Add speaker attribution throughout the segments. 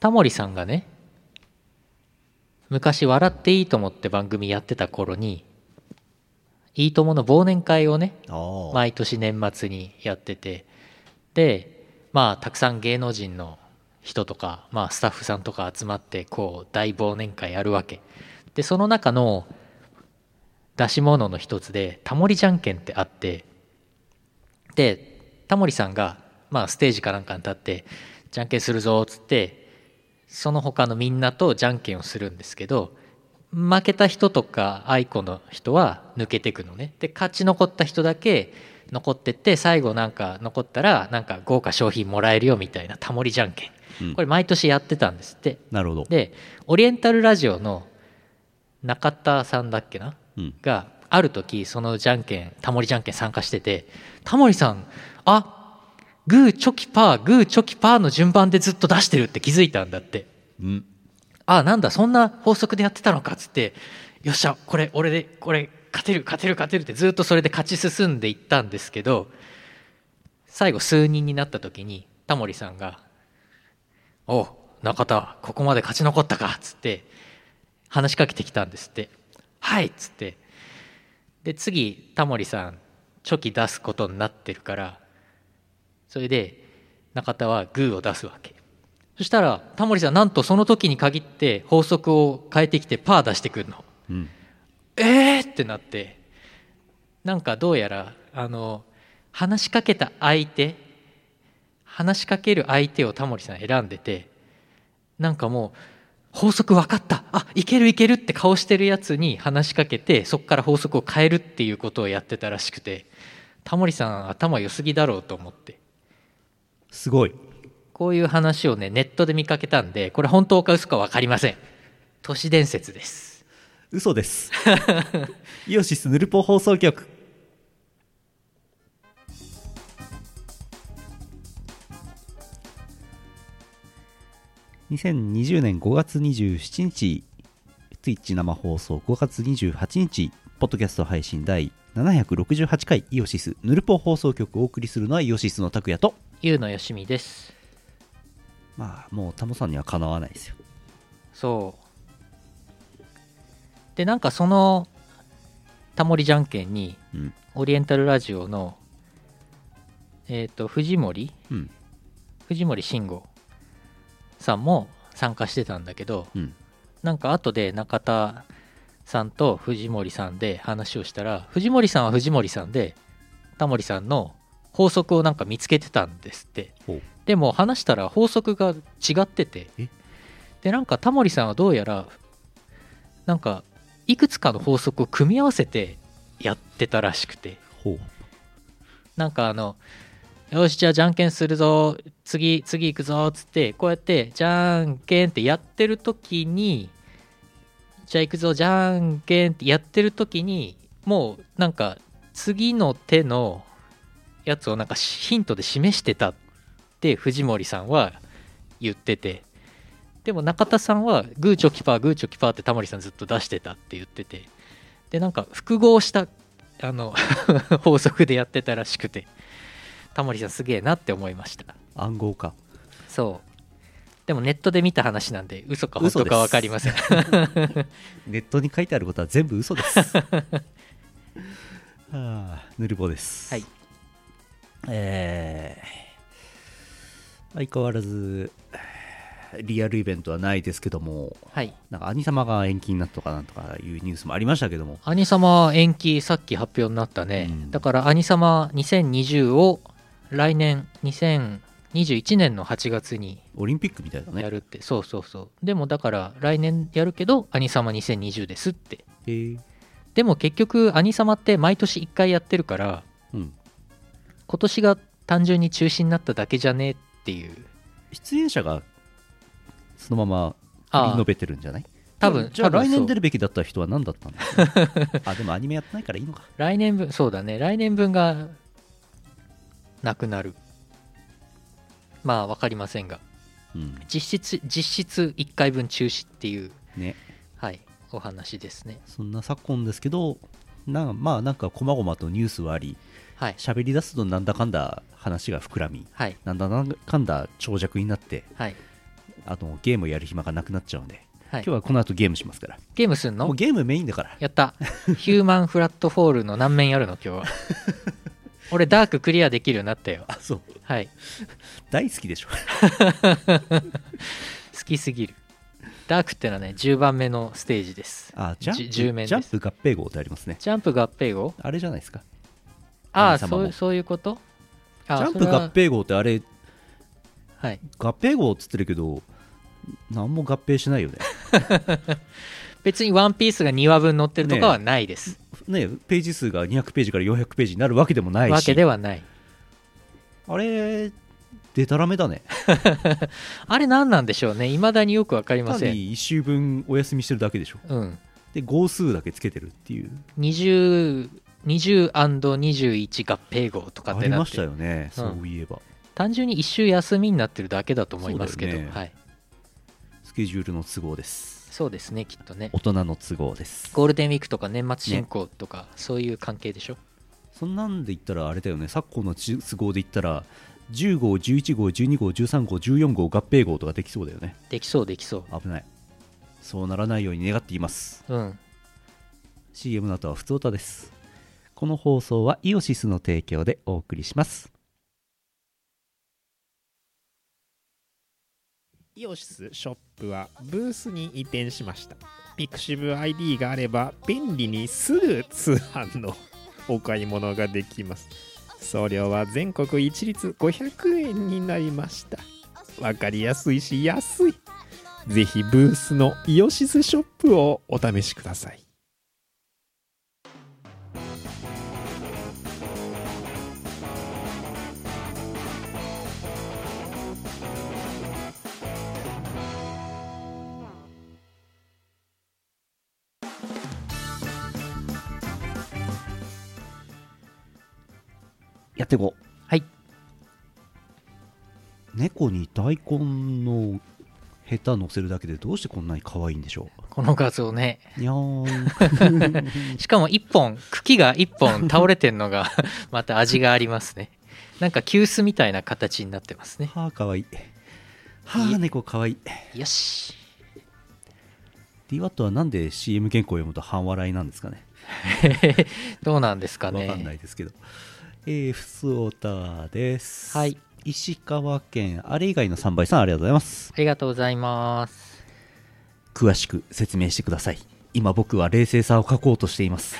Speaker 1: タモリさんがね昔「笑っていいと思って番組やってた頃に「いいとも!」の忘年会をね
Speaker 2: ああ、
Speaker 1: 毎年年末にやっててでまあたくさん芸能人の人とか、まあ、スタッフさんとか集まってこう大忘年会やるわけでその中の出し物の一つでタモリじゃんけんってあってでタモリさんが、まあ、ステージかなんかに立ってじゃんけんするぞっつってその他のみんなとじゃんけんをするんですけど負けた人とか愛子の人は抜けてくのねで勝ち残った人だけ残ってって最後なんか残ったらなんか豪華商品もらえるよみたいなタモリじゃんけん
Speaker 2: うん
Speaker 1: これ毎年やってたんですって
Speaker 2: なるほど。
Speaker 1: でオリエンタルラジオの中田さんだっけな
Speaker 2: うん、
Speaker 1: がある時そのじゃんけんタモリじゃんけん参加しててタモリさんあグーチョキパーグーチョキパーの順番でずっと出してるって気づいたんだって
Speaker 2: うん、
Speaker 1: あなんだそんな法則でやってたのかっつってよっしゃこれ俺でこれ勝てる勝てる勝てるってずっとそれで勝ち進んでいったんですけど最後数人になった時にタモリさんが「おう中田ここまで勝ち残ったか」っつって話しかけてきたんですって「はい」っつってで次タモリさんチョキ出すことになってるからそれで中田はグーを出すわけそしたらタモリさんなんとその時に限って法則を変えてきてパー出してくるの
Speaker 2: うん。
Speaker 1: えーってなってなんかどうやらあの話しかけた相手話しかける相手をタモリさん選んでてなんかもう法則分かったあいけるいけるって顔してるやつに話しかけてそこから法則を変えるっていうことをやってたらしくてタモリさん頭良すぎだろうと思って
Speaker 2: すごい。
Speaker 1: こういう話をね、ネットで見かけたんで、これ本当か嘘か分かりません。都市伝説です。
Speaker 2: 嘘です。イオシスヌルポ放送局。2020年5月27日、Twitch 生放送5月28日、ポッドキャスト配信第768回イオシスヌルポ放送局をお送りするのはイオシスの拓也と、
Speaker 1: ゆうのよしみです。
Speaker 2: まあもうタモさんにはかなわないですよ。
Speaker 1: そう。で、なんかその、タモリじゃんけんに、
Speaker 2: うん。
Speaker 1: オリエンタルラジオの、えっ、と、藤森
Speaker 2: うん。
Speaker 1: 藤森慎吾さんも参加してたんだけど、
Speaker 2: うん。
Speaker 1: なんか後で中田さんと藤森さんで話をしたら藤森さんは藤森さんでタモリさんの法則をなんか見つけてたんですって
Speaker 2: ほう
Speaker 1: でも話したら法則が違ってて
Speaker 2: え
Speaker 1: でなんかタモリさんはどうやらなんかいくつかの法則を組み合わせてやってたらしくて
Speaker 2: ほう。
Speaker 1: なんかあのよしじゃあじゃんけんするぞ次次行くぞっつってこうやってじゃんけんってやってる時にじゃあ行くぞじゃんけんってやってる時にもうなんか次の手のやつをなんかヒントで示してたって藤森さんは言っててでも中田さんはグーチョキパーグーチョキパーってタモリさんずっと出してたって言っててでなんか複合したあの 法則でやってたらしくてタモリさんすげえなって思いました
Speaker 2: 暗号化。
Speaker 1: そうでもネットで見た話なんで嘘か本当か分かり ません
Speaker 2: ネットに書いてあることは全部嘘です。 はあ、ぬるぼです。
Speaker 1: はい。
Speaker 2: えー相変わらず、リアルイベントはないですけども、
Speaker 1: はい
Speaker 2: なんか兄様が延期になったとかなんとかいうニュースもありましたけども、
Speaker 1: 兄様延期さっき発表になったね、
Speaker 2: うん
Speaker 1: だから兄様2020を来年2021年の8月に
Speaker 2: オリンピックみたいだ
Speaker 1: や
Speaker 2: ね。
Speaker 1: るって、そうそうそうでもだから来年やるけど兄様2020ですって
Speaker 2: えー
Speaker 1: でも結局兄様って毎年1回やってるから
Speaker 2: うん、
Speaker 1: 今年が単純に中止になっただけじゃねえっていう
Speaker 2: 出演者がそのまま
Speaker 1: ああ
Speaker 2: リノベてるんじゃない
Speaker 1: 多分
Speaker 2: じゃあ
Speaker 1: 多分
Speaker 2: 来
Speaker 1: そう
Speaker 2: 年出るべきだった人は何だった んだろうねあ、でもアニメやってないからいいのか。
Speaker 1: 来年分そうだね来年分がなくなるまあ分かりませんが
Speaker 2: うん。
Speaker 1: 実質実質1回分中止っていう
Speaker 2: ね。
Speaker 1: はいお話ですね
Speaker 2: そんな昨今ですけどなまあなんかこまごまとニュースはあり
Speaker 1: はい
Speaker 2: 喋り出すとなんだかんだ話が膨らみ
Speaker 1: はい
Speaker 2: なんだかんだ長尺になって
Speaker 1: はい
Speaker 2: あのゲームやる暇がなくなっちゃうんで、
Speaker 1: はい
Speaker 2: 今日はこの後ゲームしますから
Speaker 1: ゲームすん
Speaker 2: も
Speaker 1: の
Speaker 2: うゲームメインだから
Speaker 1: やった ヒューマンフラットフォールの何面やるの今日は俺ダーククリアできるようになったよ
Speaker 2: あそう
Speaker 1: はい
Speaker 2: 大好きでしょ
Speaker 1: 好きすぎるダークってのはね10番目のステージです
Speaker 2: あジャンプ
Speaker 1: じ十面です
Speaker 2: ジャンプ合併号ってありますね
Speaker 1: ジャンプ合併号
Speaker 2: あれじゃないですか
Speaker 1: ああ
Speaker 2: 神様
Speaker 1: そ
Speaker 2: も
Speaker 1: うそういうこと
Speaker 2: ジ
Speaker 1: あー
Speaker 2: ャンプ
Speaker 1: それは
Speaker 2: 合併号ってあれ
Speaker 1: はい
Speaker 2: 合併号っつってるけど何も合併しないよね
Speaker 1: 別に「ワンピースが2話分載ってるとかはないです、
Speaker 2: ねページ数が200ページから400ページになるわけでもないし
Speaker 1: わけではない
Speaker 2: あれでたらめだね
Speaker 1: あれ何なんでしょうねいまだによく分かりま
Speaker 2: 単
Speaker 1: せん
Speaker 2: に1週分お休みしてるだけでしょ
Speaker 1: うん
Speaker 2: で号数だけつけてるっていう
Speaker 1: 20, 20&21 合併号とか
Speaker 2: あ
Speaker 1: って
Speaker 2: り
Speaker 1: な
Speaker 2: ま
Speaker 1: っ
Speaker 2: してたよね、
Speaker 1: うん
Speaker 2: そういえば
Speaker 1: 単純に一周休みになってるだけだと思いますけど
Speaker 2: そ
Speaker 1: そうう,、
Speaker 2: だよね
Speaker 1: はい、
Speaker 2: スケジュールの都合です
Speaker 1: そうですねきっとね
Speaker 2: 大人の都合です
Speaker 1: ゴールデンウィークとか年末進行とか、そういう関係でしょ
Speaker 2: そんなんで言ったらあれだよね昨今の都合で言ったら10号11号12号13号14号合併号とかできそうだよね
Speaker 1: できそうできそ
Speaker 2: 危ないそうならないように願っています
Speaker 1: ううん
Speaker 2: CM の後はふつおたですこの放送はイオシスの提供でお送りします
Speaker 3: イオシスショップはブースに移転しました。ピクシブ ID があれば便利にすぐ通販のお買い物ができます。送料は全国一律500円になりました。わかりやすいし安い。ぜひブースのイオシスショップをお試しください。
Speaker 2: やっていこう
Speaker 1: はい
Speaker 2: 猫に大根のヘタ乗せるだけでどうしてこんなに可愛いんでしょ
Speaker 1: この画像ね
Speaker 2: うにゃー ん
Speaker 1: しかも1本茎が1本倒れてんのが また味がありますねなんか急須みたいな形になってますね
Speaker 2: はあ可愛いはあ猫可愛い
Speaker 1: よし
Speaker 2: DWAT はなんで CM 原稿を読むと半笑いなんですかね
Speaker 1: どうなんですかね
Speaker 2: わかんないですけど。えー、ふつおたです。
Speaker 1: はい。
Speaker 2: 石川県、あれ以外の3倍さん、ありがとうございます。
Speaker 1: ありがとうございます
Speaker 2: 詳しく説明してください。今僕は冷静さを書こうとして います。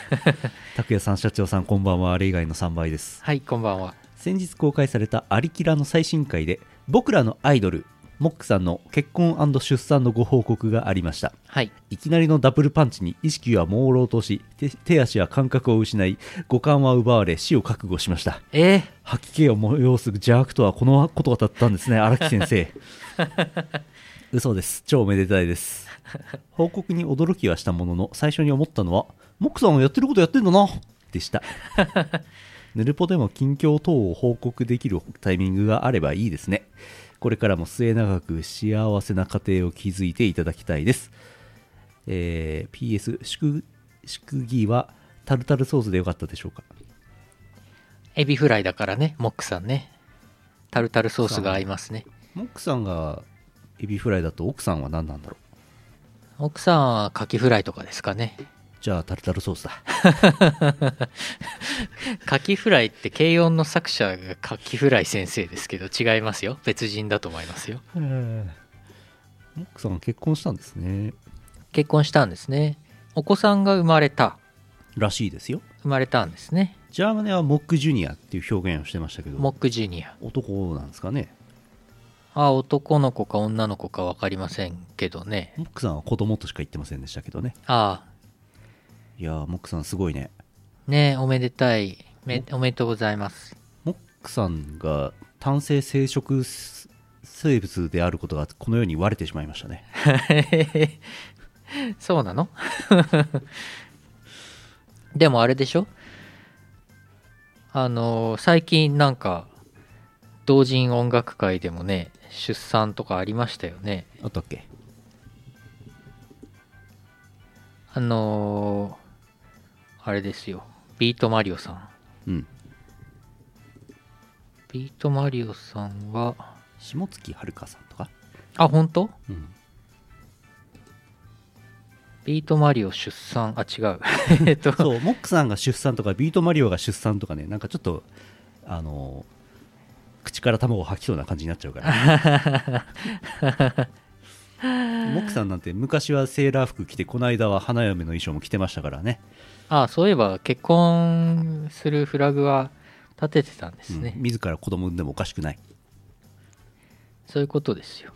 Speaker 2: 拓也さん、社長さん、こんばんは。あれ以外の3倍です。
Speaker 1: はいこんばんは
Speaker 2: 先日公開されたアリキラの最新回で、僕らのアイドル、モックさんの結婚出産のご報告がありました。
Speaker 1: はい
Speaker 2: いきなりのダブルパンチに意識は朦朧とし、手手足は感覚を失い、五感は奪われ死を覚悟しました。
Speaker 1: えー、
Speaker 2: 吐き気を催す邪悪とはこのことだったんですね荒木先生嘘です超めでたいです報告に驚きはしたものの最初に思ったのはモックさんはやってることやってんだなでしたヌルポでも近況等を報告できるタイミングがあればいいですねこれからも末永く幸せな家庭を築いていただきたいですえー PS 祝祝儀はタルタルソースでよかったでしょうか
Speaker 1: エビフライだからねモックさんねタルタルソースが合いますね
Speaker 2: モックさんがエビフライだと奥さんは何なんだろう
Speaker 1: 奥さんはカキフライとかですかね
Speaker 2: じゃあタルタルソースだ
Speaker 1: カキフライって軽音の作者がカキフライ先生ですけど違いますよ別人だと思いますよ
Speaker 2: モックさんは結婚したんですね
Speaker 1: 結婚したんですねお子さんが生まれた
Speaker 2: らしいですよ
Speaker 1: 生まれたんですね
Speaker 2: ジャーマネはモックジュニアっていう表現をしてましたけ
Speaker 1: モ
Speaker 2: ど
Speaker 1: ックジュニア
Speaker 2: 男なんですかね
Speaker 1: あ男の子か女の子か分かりませんけどね
Speaker 2: モックさんは子供としか言ってませんでしたけどね
Speaker 1: あ
Speaker 2: いやーモックさんすごいね
Speaker 1: あねえおめでたいめおめでとうございます
Speaker 2: モックさんが単性生殖生物であることがこのように言われてしまいましたね
Speaker 1: そうなの でもあれでしょあの最近なんか同人音楽会でもね出産とかありましたよね
Speaker 2: あったっけ
Speaker 1: あのあれですよビートマリオさん
Speaker 2: うん
Speaker 1: ビートマリオさんは
Speaker 2: 下月遥香さんとか
Speaker 1: あ本当
Speaker 2: うん
Speaker 1: ビートマリオ出産あ違う えっと
Speaker 2: そうモックさんが出産とかビートマリオが出産とかねなんかちょっとあのー口から卵を吐きそうな感じになっちゃうからモックさんなんて昔はセーラー服着てこの間は花嫁の衣装も着てましたからね
Speaker 1: あそういえば結婚するフラグは立ててたんですね、
Speaker 2: うん自ら子供産んでもおかしくない
Speaker 1: そういうことですよ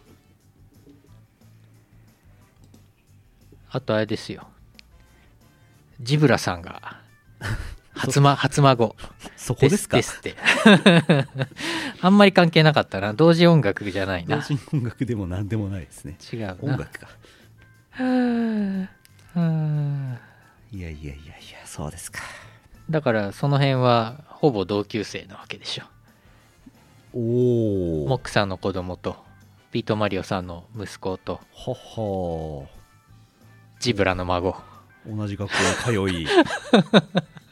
Speaker 1: あとあれですよジブラさんが 初,、ま、初孫
Speaker 2: そこですか
Speaker 1: ですって あんまり関係なかったな同時音楽じゃない
Speaker 2: 同
Speaker 1: な
Speaker 2: 時音楽でも何でもないです ね
Speaker 1: 違うな
Speaker 2: 音楽か
Speaker 1: はぁはぁ
Speaker 2: いやいやいやいやそうですか
Speaker 1: だからその辺はほぼ同級生なわけでしょ
Speaker 2: お
Speaker 1: モックさんの子供とビートマリオさんの息子と
Speaker 2: はは
Speaker 1: ジブラの孫
Speaker 2: 同じ学校に通い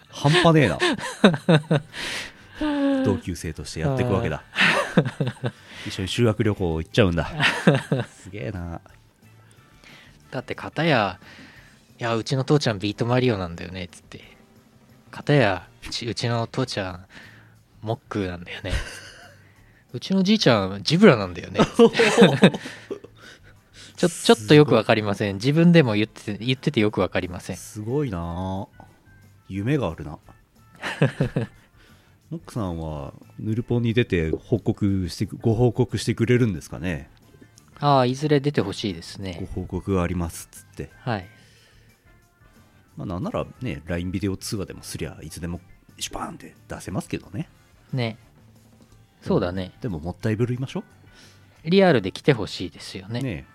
Speaker 2: 半端ねえな同級生としてやっていくわけだ一緒に修学旅行行っちゃうんだすげえな
Speaker 1: だって片や「いやうちの父ちゃんビートマリオなんだよね」っつって片やうちうちの父ちゃんモックなんだ よねうちのじいちゃんジブラなんだよね ちょちょっとよくわかりません自分でも言ってて言っててよくわかりません
Speaker 2: すごいな夢があるなモックさんはヌルポに出て報告してくご報告してくれるんですかね
Speaker 1: ああいずれ出てほしいです
Speaker 2: ご
Speaker 1: ね
Speaker 2: 報告がありますっつって
Speaker 1: はい
Speaker 2: まあ、なんならね、LINE ビデオ通話でもすりゃ、いつでもシュパーンって出せますけどね。
Speaker 1: ねそうだね
Speaker 2: でももったいぶるいましょ
Speaker 1: リアルで来てほしいですよ
Speaker 2: う。
Speaker 1: ね
Speaker 2: ね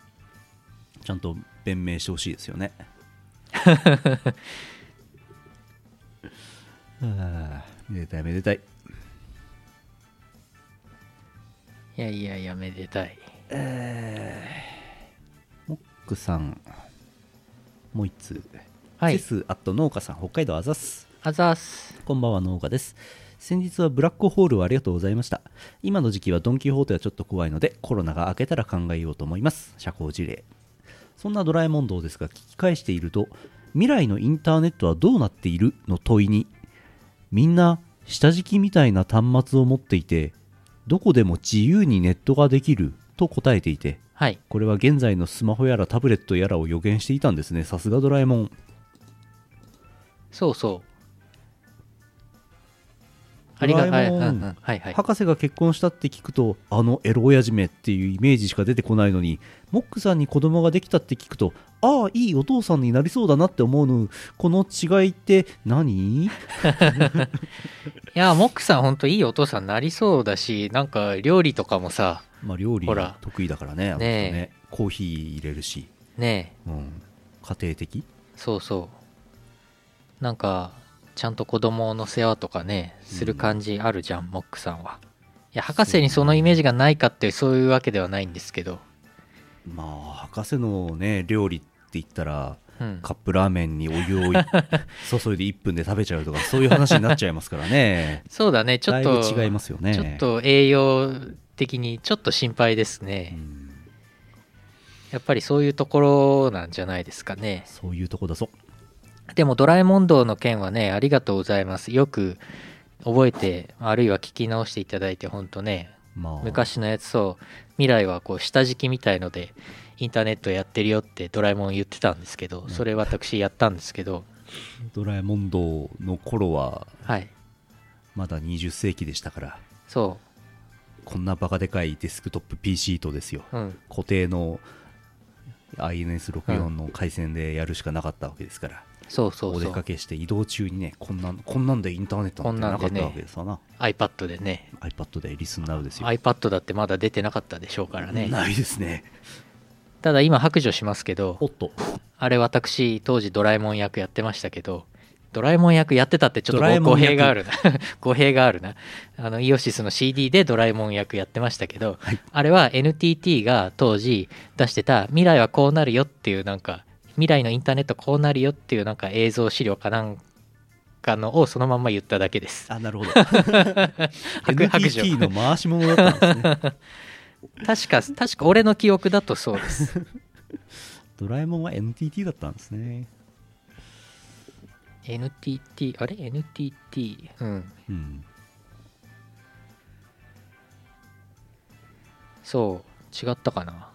Speaker 2: えちゃんと弁明してほしいです よね。はあめでたいめでたい。
Speaker 1: いやいやいやめでたい
Speaker 2: モックさん、もう一通。
Speaker 1: は
Speaker 2: チ
Speaker 1: い
Speaker 2: ェスアット農家さん、北海道あざっす。
Speaker 1: あざーす
Speaker 2: こんばんは、農家です。先日はブラックホールをありがとうございました。今の時期はドン・キホーテはちょっと怖いので、コロナが明けたら考えようと思います。社交辞令。そんなドラえもん道ですが、聞き返していると、未来のインターネットはどうなっているの問いに、みんな下敷きみたいな端末を持っていて、どこでも自由にネットができると答えていて、
Speaker 1: はい
Speaker 2: これは現在のスマホやらタブレットやらを予言していたんですね。さすがドラえもん。
Speaker 1: そうそうあ
Speaker 2: ド
Speaker 1: りが
Speaker 2: ラえ
Speaker 1: たい、うん
Speaker 2: もん
Speaker 1: うん、はいはい
Speaker 2: 博士が結婚したって聞くとあのエロ親父めっていうイメージしか出てこないのにモックさんに子供ができたって聞くとああいいお父さんになりそうだなって思うのこの違いって何
Speaker 1: いやモックさんほんといいお父さんになりそうだしなんか料理とかもさ
Speaker 2: まあ料理
Speaker 1: ほら
Speaker 2: 得意だからねあの人
Speaker 1: ねえ
Speaker 2: ねコーヒー入れるし、
Speaker 1: ね
Speaker 2: うん、家庭的
Speaker 1: えそうそうなんかちゃんと子供の世話とかねする感じあるじゃん、モックさんはいや博士にそのイメージがないかってそういうわけではないんですけど、
Speaker 2: まあ博士のね料理って言ったら
Speaker 1: うん、
Speaker 2: カップラーメンにお湯 をい注いで1分で食べちゃうとかそういう話になっちゃいますからね
Speaker 1: そうだ ねちょっと
Speaker 2: だいぶ違いますよね
Speaker 1: ちょっと栄養的にちょっと心配ですね、
Speaker 2: うん
Speaker 1: やっぱりそういうところなんじゃないですかね
Speaker 2: そういうとこだぞ
Speaker 1: でもドラえもん道の件はねありがとうございますよく覚えてあるいは聞き直していただいてほんとね
Speaker 2: まあ
Speaker 1: 昔のやつそう未来はこう下敷きみたいのでインターネットやってるよってドラえもん言ってたんですけどそれ私やったんですけど
Speaker 2: ドラえもん道の頃は
Speaker 1: はい
Speaker 2: まだ20世紀でしたから
Speaker 1: そ
Speaker 2: こんなバカでかいデスクトップ PC とですよ
Speaker 1: ううん
Speaker 2: 固定の INS64 の回線でやるしかなかったわけですから、
Speaker 1: そうそう
Speaker 2: お
Speaker 1: そ
Speaker 2: 出
Speaker 1: う
Speaker 2: かけして移動中にねこんなんこんなんでインターネットなんてなか
Speaker 1: こ
Speaker 2: っ
Speaker 1: んなんでね
Speaker 2: たわけですわな、
Speaker 1: iPad でね
Speaker 2: iPad でリスンナウですよ、
Speaker 1: iPad だってまだ出てなかったでしょうからね
Speaker 2: ないですね
Speaker 1: ただ今白状しますけど
Speaker 2: おっと
Speaker 1: あれ私当時ドラえもん役やってましたけどドラえもん役やってたってちょっ
Speaker 2: ドラえ
Speaker 1: と
Speaker 2: も
Speaker 1: 語
Speaker 2: ん役
Speaker 1: 弊があるな 語弊があるなあのイオシスの CD でドラえもん役やってましたけど、あれは NTT が当時出してた未来はこうなるよっていうなんか未来のインターネットこうなるよっていうなんか映像資料かなんかのをそのまんま言っただけです
Speaker 2: あなるほど
Speaker 1: 白白状
Speaker 2: NTT の回し者だったんですね
Speaker 1: 確か確か俺の記憶だとそうです
Speaker 2: ドラえもんは NTT だったんですね。
Speaker 1: NTT あれ NTT うん
Speaker 2: うん。
Speaker 1: そう違ったかな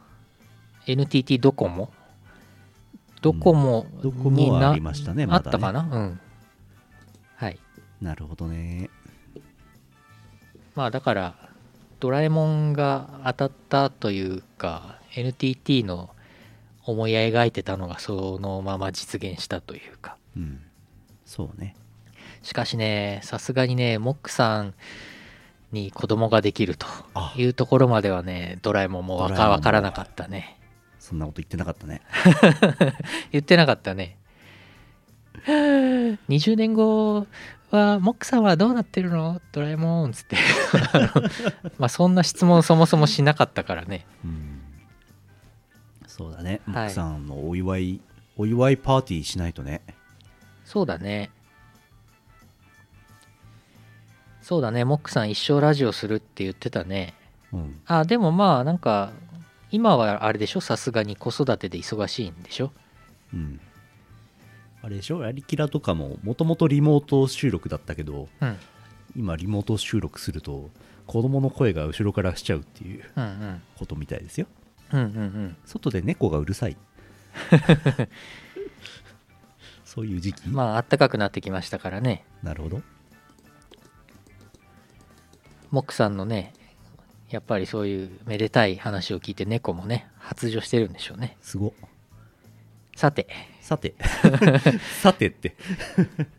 Speaker 1: NTT ドコモドコモにな、
Speaker 2: ドコモはありましたね、
Speaker 1: あ
Speaker 2: ま
Speaker 1: っ
Speaker 2: だ、ね。
Speaker 1: たかなうんはい
Speaker 2: なるほどね。
Speaker 1: まあだからドラえもんが当たったというか NTT の思い描いてたのがそのまま実現したというか
Speaker 2: うん。そうね。
Speaker 1: しかしねさすがにねモックさんに子供ができると
Speaker 2: あ
Speaker 1: いうところまではねドラえもんもわ
Speaker 2: ドラえも
Speaker 1: か
Speaker 2: んも
Speaker 1: わからなかったね
Speaker 2: そんなこと言ってなかったね。
Speaker 1: 言ってなかったね20年後はモックさんはどうなってるのドラえもんつって あのまあそんな質問そもそもしなかったからね
Speaker 2: うん。そうだね。
Speaker 1: はい
Speaker 2: 奥さんのお祝い、お祝いパーティーしないとね。
Speaker 1: そうだね。そうだね、モックさん一生ラジオするって言ってたね。
Speaker 2: うん。
Speaker 1: あ、でもまあ、なんか、今はあれでしょさすがに子育てで忙しいんでしょ
Speaker 2: うん。あれでしょラリキラとかも、もともとリモート収録だったけど、
Speaker 1: うん。
Speaker 2: 今リモート収録すると、子供の声が後ろからしちゃうっていう
Speaker 1: うんうん。
Speaker 2: ことみたいですよ。
Speaker 1: うんうんうん。
Speaker 2: 外で猫がうるさい。 そういう時期。
Speaker 1: まあ、暖かくなってきましたからね。
Speaker 2: なるほど。
Speaker 1: モックさんのね、やっぱりそういうめでたい話を聞いて猫もね、発情してるんでしょうね。
Speaker 2: すご。
Speaker 1: さて、
Speaker 2: さ て、さてって、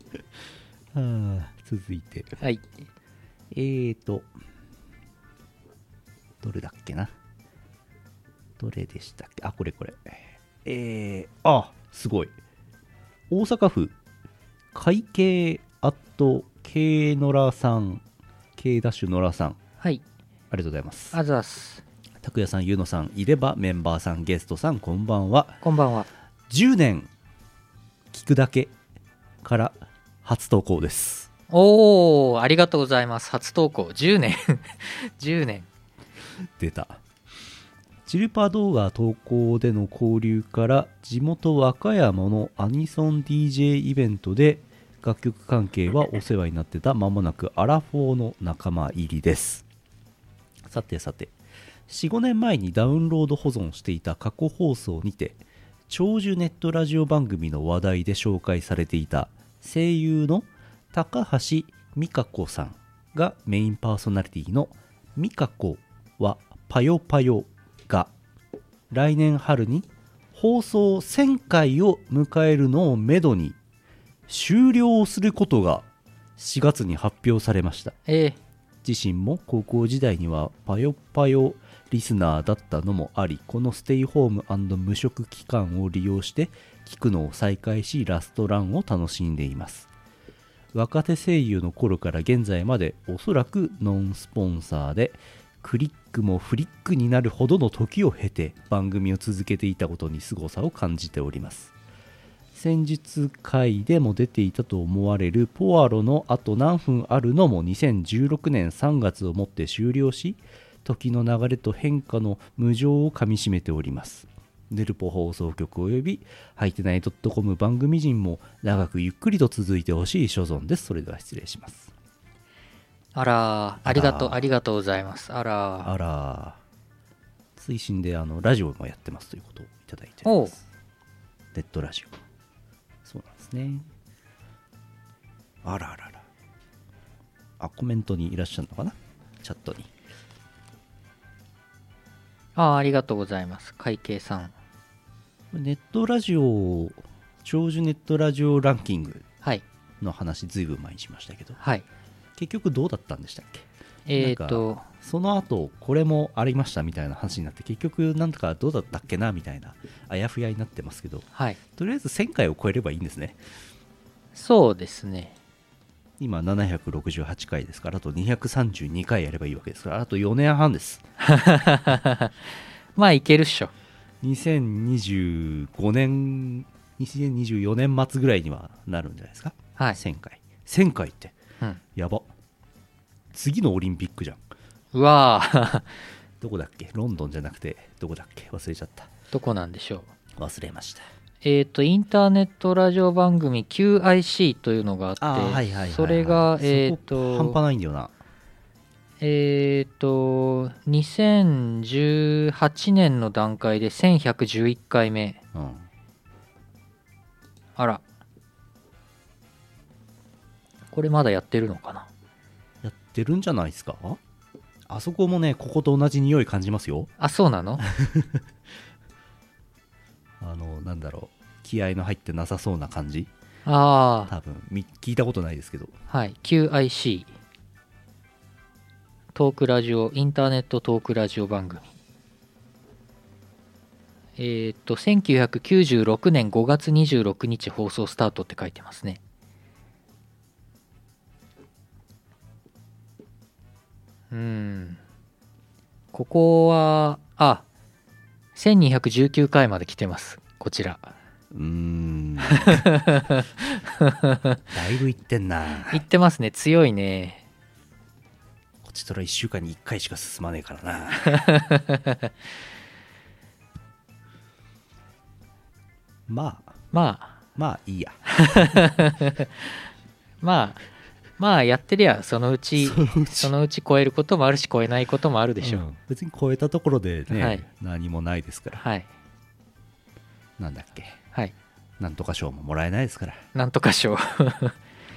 Speaker 2: はあ続いて、
Speaker 1: はい。
Speaker 2: えーと、どれだっけな。どれでしたっけあ、これこれ。えー、あ、すごい。大阪府、会計アット K のらさん、K ダッシュのらさん、あ
Speaker 1: はい。
Speaker 2: りがとうございます。
Speaker 1: あざっす。
Speaker 2: 拓也さん、ゆうのさん、いればメンバーさん、ゲストさん、こんばんは。
Speaker 1: こんばんは。
Speaker 2: 10年聞くだけから初投稿です
Speaker 1: おー、ありがとうございます。初投稿。10年。10年。
Speaker 2: 出たチルパ動画投稿での交流から地元和歌山のアニソン DJ イベントで楽曲関係はお世話になってた間もなくアラフォーの仲間入りですさてさて45年前にダウンロード保存していた過去放送にて長寿ネットラジオ番組の話題で紹介されていた声優の高橋美香子さんがメインパーソナリティの「美香子はパヨパヨ」が来年春に放送1000回を迎えるのをめどに終了することが4月に発表されました
Speaker 1: えー、
Speaker 2: 自身も高校時代にはパヨパヨリスナーだったのもありこのステイホーム無職期間を利用して聞くのを再開しラストランを楽しんでいます若手声優の頃から現在までおそらくノンスポンサーでクリックもフリックになるほどの時を経て番組を続けていたことに凄さを感じております先日回でも出ていたと思われるポアロのあと何分あるのも2016年3月をもって終了し時の流れと変化の無情をかみしめておりますヌルポ放送局およびはいてない .com 番組陣も長くゆっくりと続いてほしい所存ですそれでは失礼します
Speaker 1: あらー、ありがとう、
Speaker 2: あらー
Speaker 1: ありがとうございます。あらー、
Speaker 2: あら推進であのラジオもやってますということをいただいており
Speaker 1: お
Speaker 2: ま
Speaker 1: う
Speaker 2: す、ネットラジオそうなんですねあらあらあらあコメントにいらっしゃるのかなチャットに
Speaker 1: あーありがとうございます。会計さん。
Speaker 2: ネットラジオ長寿ネットラジオランキング
Speaker 1: はい、
Speaker 2: の話ずいぶん前にしましたけど
Speaker 1: はい。
Speaker 2: 結局どうだったんでしたっけ
Speaker 1: えー、
Speaker 2: なん
Speaker 1: と
Speaker 2: か、その後これもありましたみたいな話になって結局なんとかどうだったっけなみたいなあやふやになってますけど
Speaker 1: はい。
Speaker 2: とりあえず1000回を超えればいいんですね
Speaker 1: そうですね。
Speaker 2: 今768回ですからあと232回やればいいわけですからあと4年半です
Speaker 1: まあ、いけるっしょ。
Speaker 2: 2025年2024年末ぐらいにはなるんじゃないですか
Speaker 1: はい。
Speaker 2: 1000回1000回って
Speaker 1: うん、
Speaker 2: やば次のオリンピックじゃん
Speaker 1: うわー、
Speaker 2: どこだっけロンドンじゃなくてどこだっけ忘れちゃった
Speaker 1: どこなんでしょう
Speaker 2: 忘れました
Speaker 1: えっ、とインターネットラジオ番組 QIC というのがあって
Speaker 2: あーはいはいはいはい
Speaker 1: それが
Speaker 2: そこ
Speaker 1: えっ、
Speaker 2: 半端
Speaker 1: と
Speaker 2: ないんだよな
Speaker 1: えっ、と2018年の段階で1111回目
Speaker 2: うん
Speaker 1: あらこれまだやってるのかな
Speaker 2: やってるんじゃないですかあそこもねここと同じ匂い感じますよ
Speaker 1: あそう なの
Speaker 2: あのなんだろう気合の入ってなさそうな感じ
Speaker 1: ああ
Speaker 2: 多分み聞いたことないですけど
Speaker 1: はい QIC トークラジオインターネットトークラジオ番組えーっと1996年5月26日放送スタートって書いてますねうんここはあ1219回まで来てますこちら
Speaker 2: うー んだいぶいってんな
Speaker 1: 言ってますね強いね
Speaker 2: こっちとら1週間に1回しか進まねえから なまあ
Speaker 1: まあ
Speaker 2: まあいいや
Speaker 1: まあまあやってりゃそのうち
Speaker 2: そのうち
Speaker 1: そのうち超えることもあるし超えないこともあるでしょう、
Speaker 2: うん別に超えたところでね、
Speaker 1: はい
Speaker 2: 何もないですから
Speaker 1: はい
Speaker 2: なんだっけ
Speaker 1: はい
Speaker 2: なんとか賞ももらえないですから
Speaker 1: なんとか賞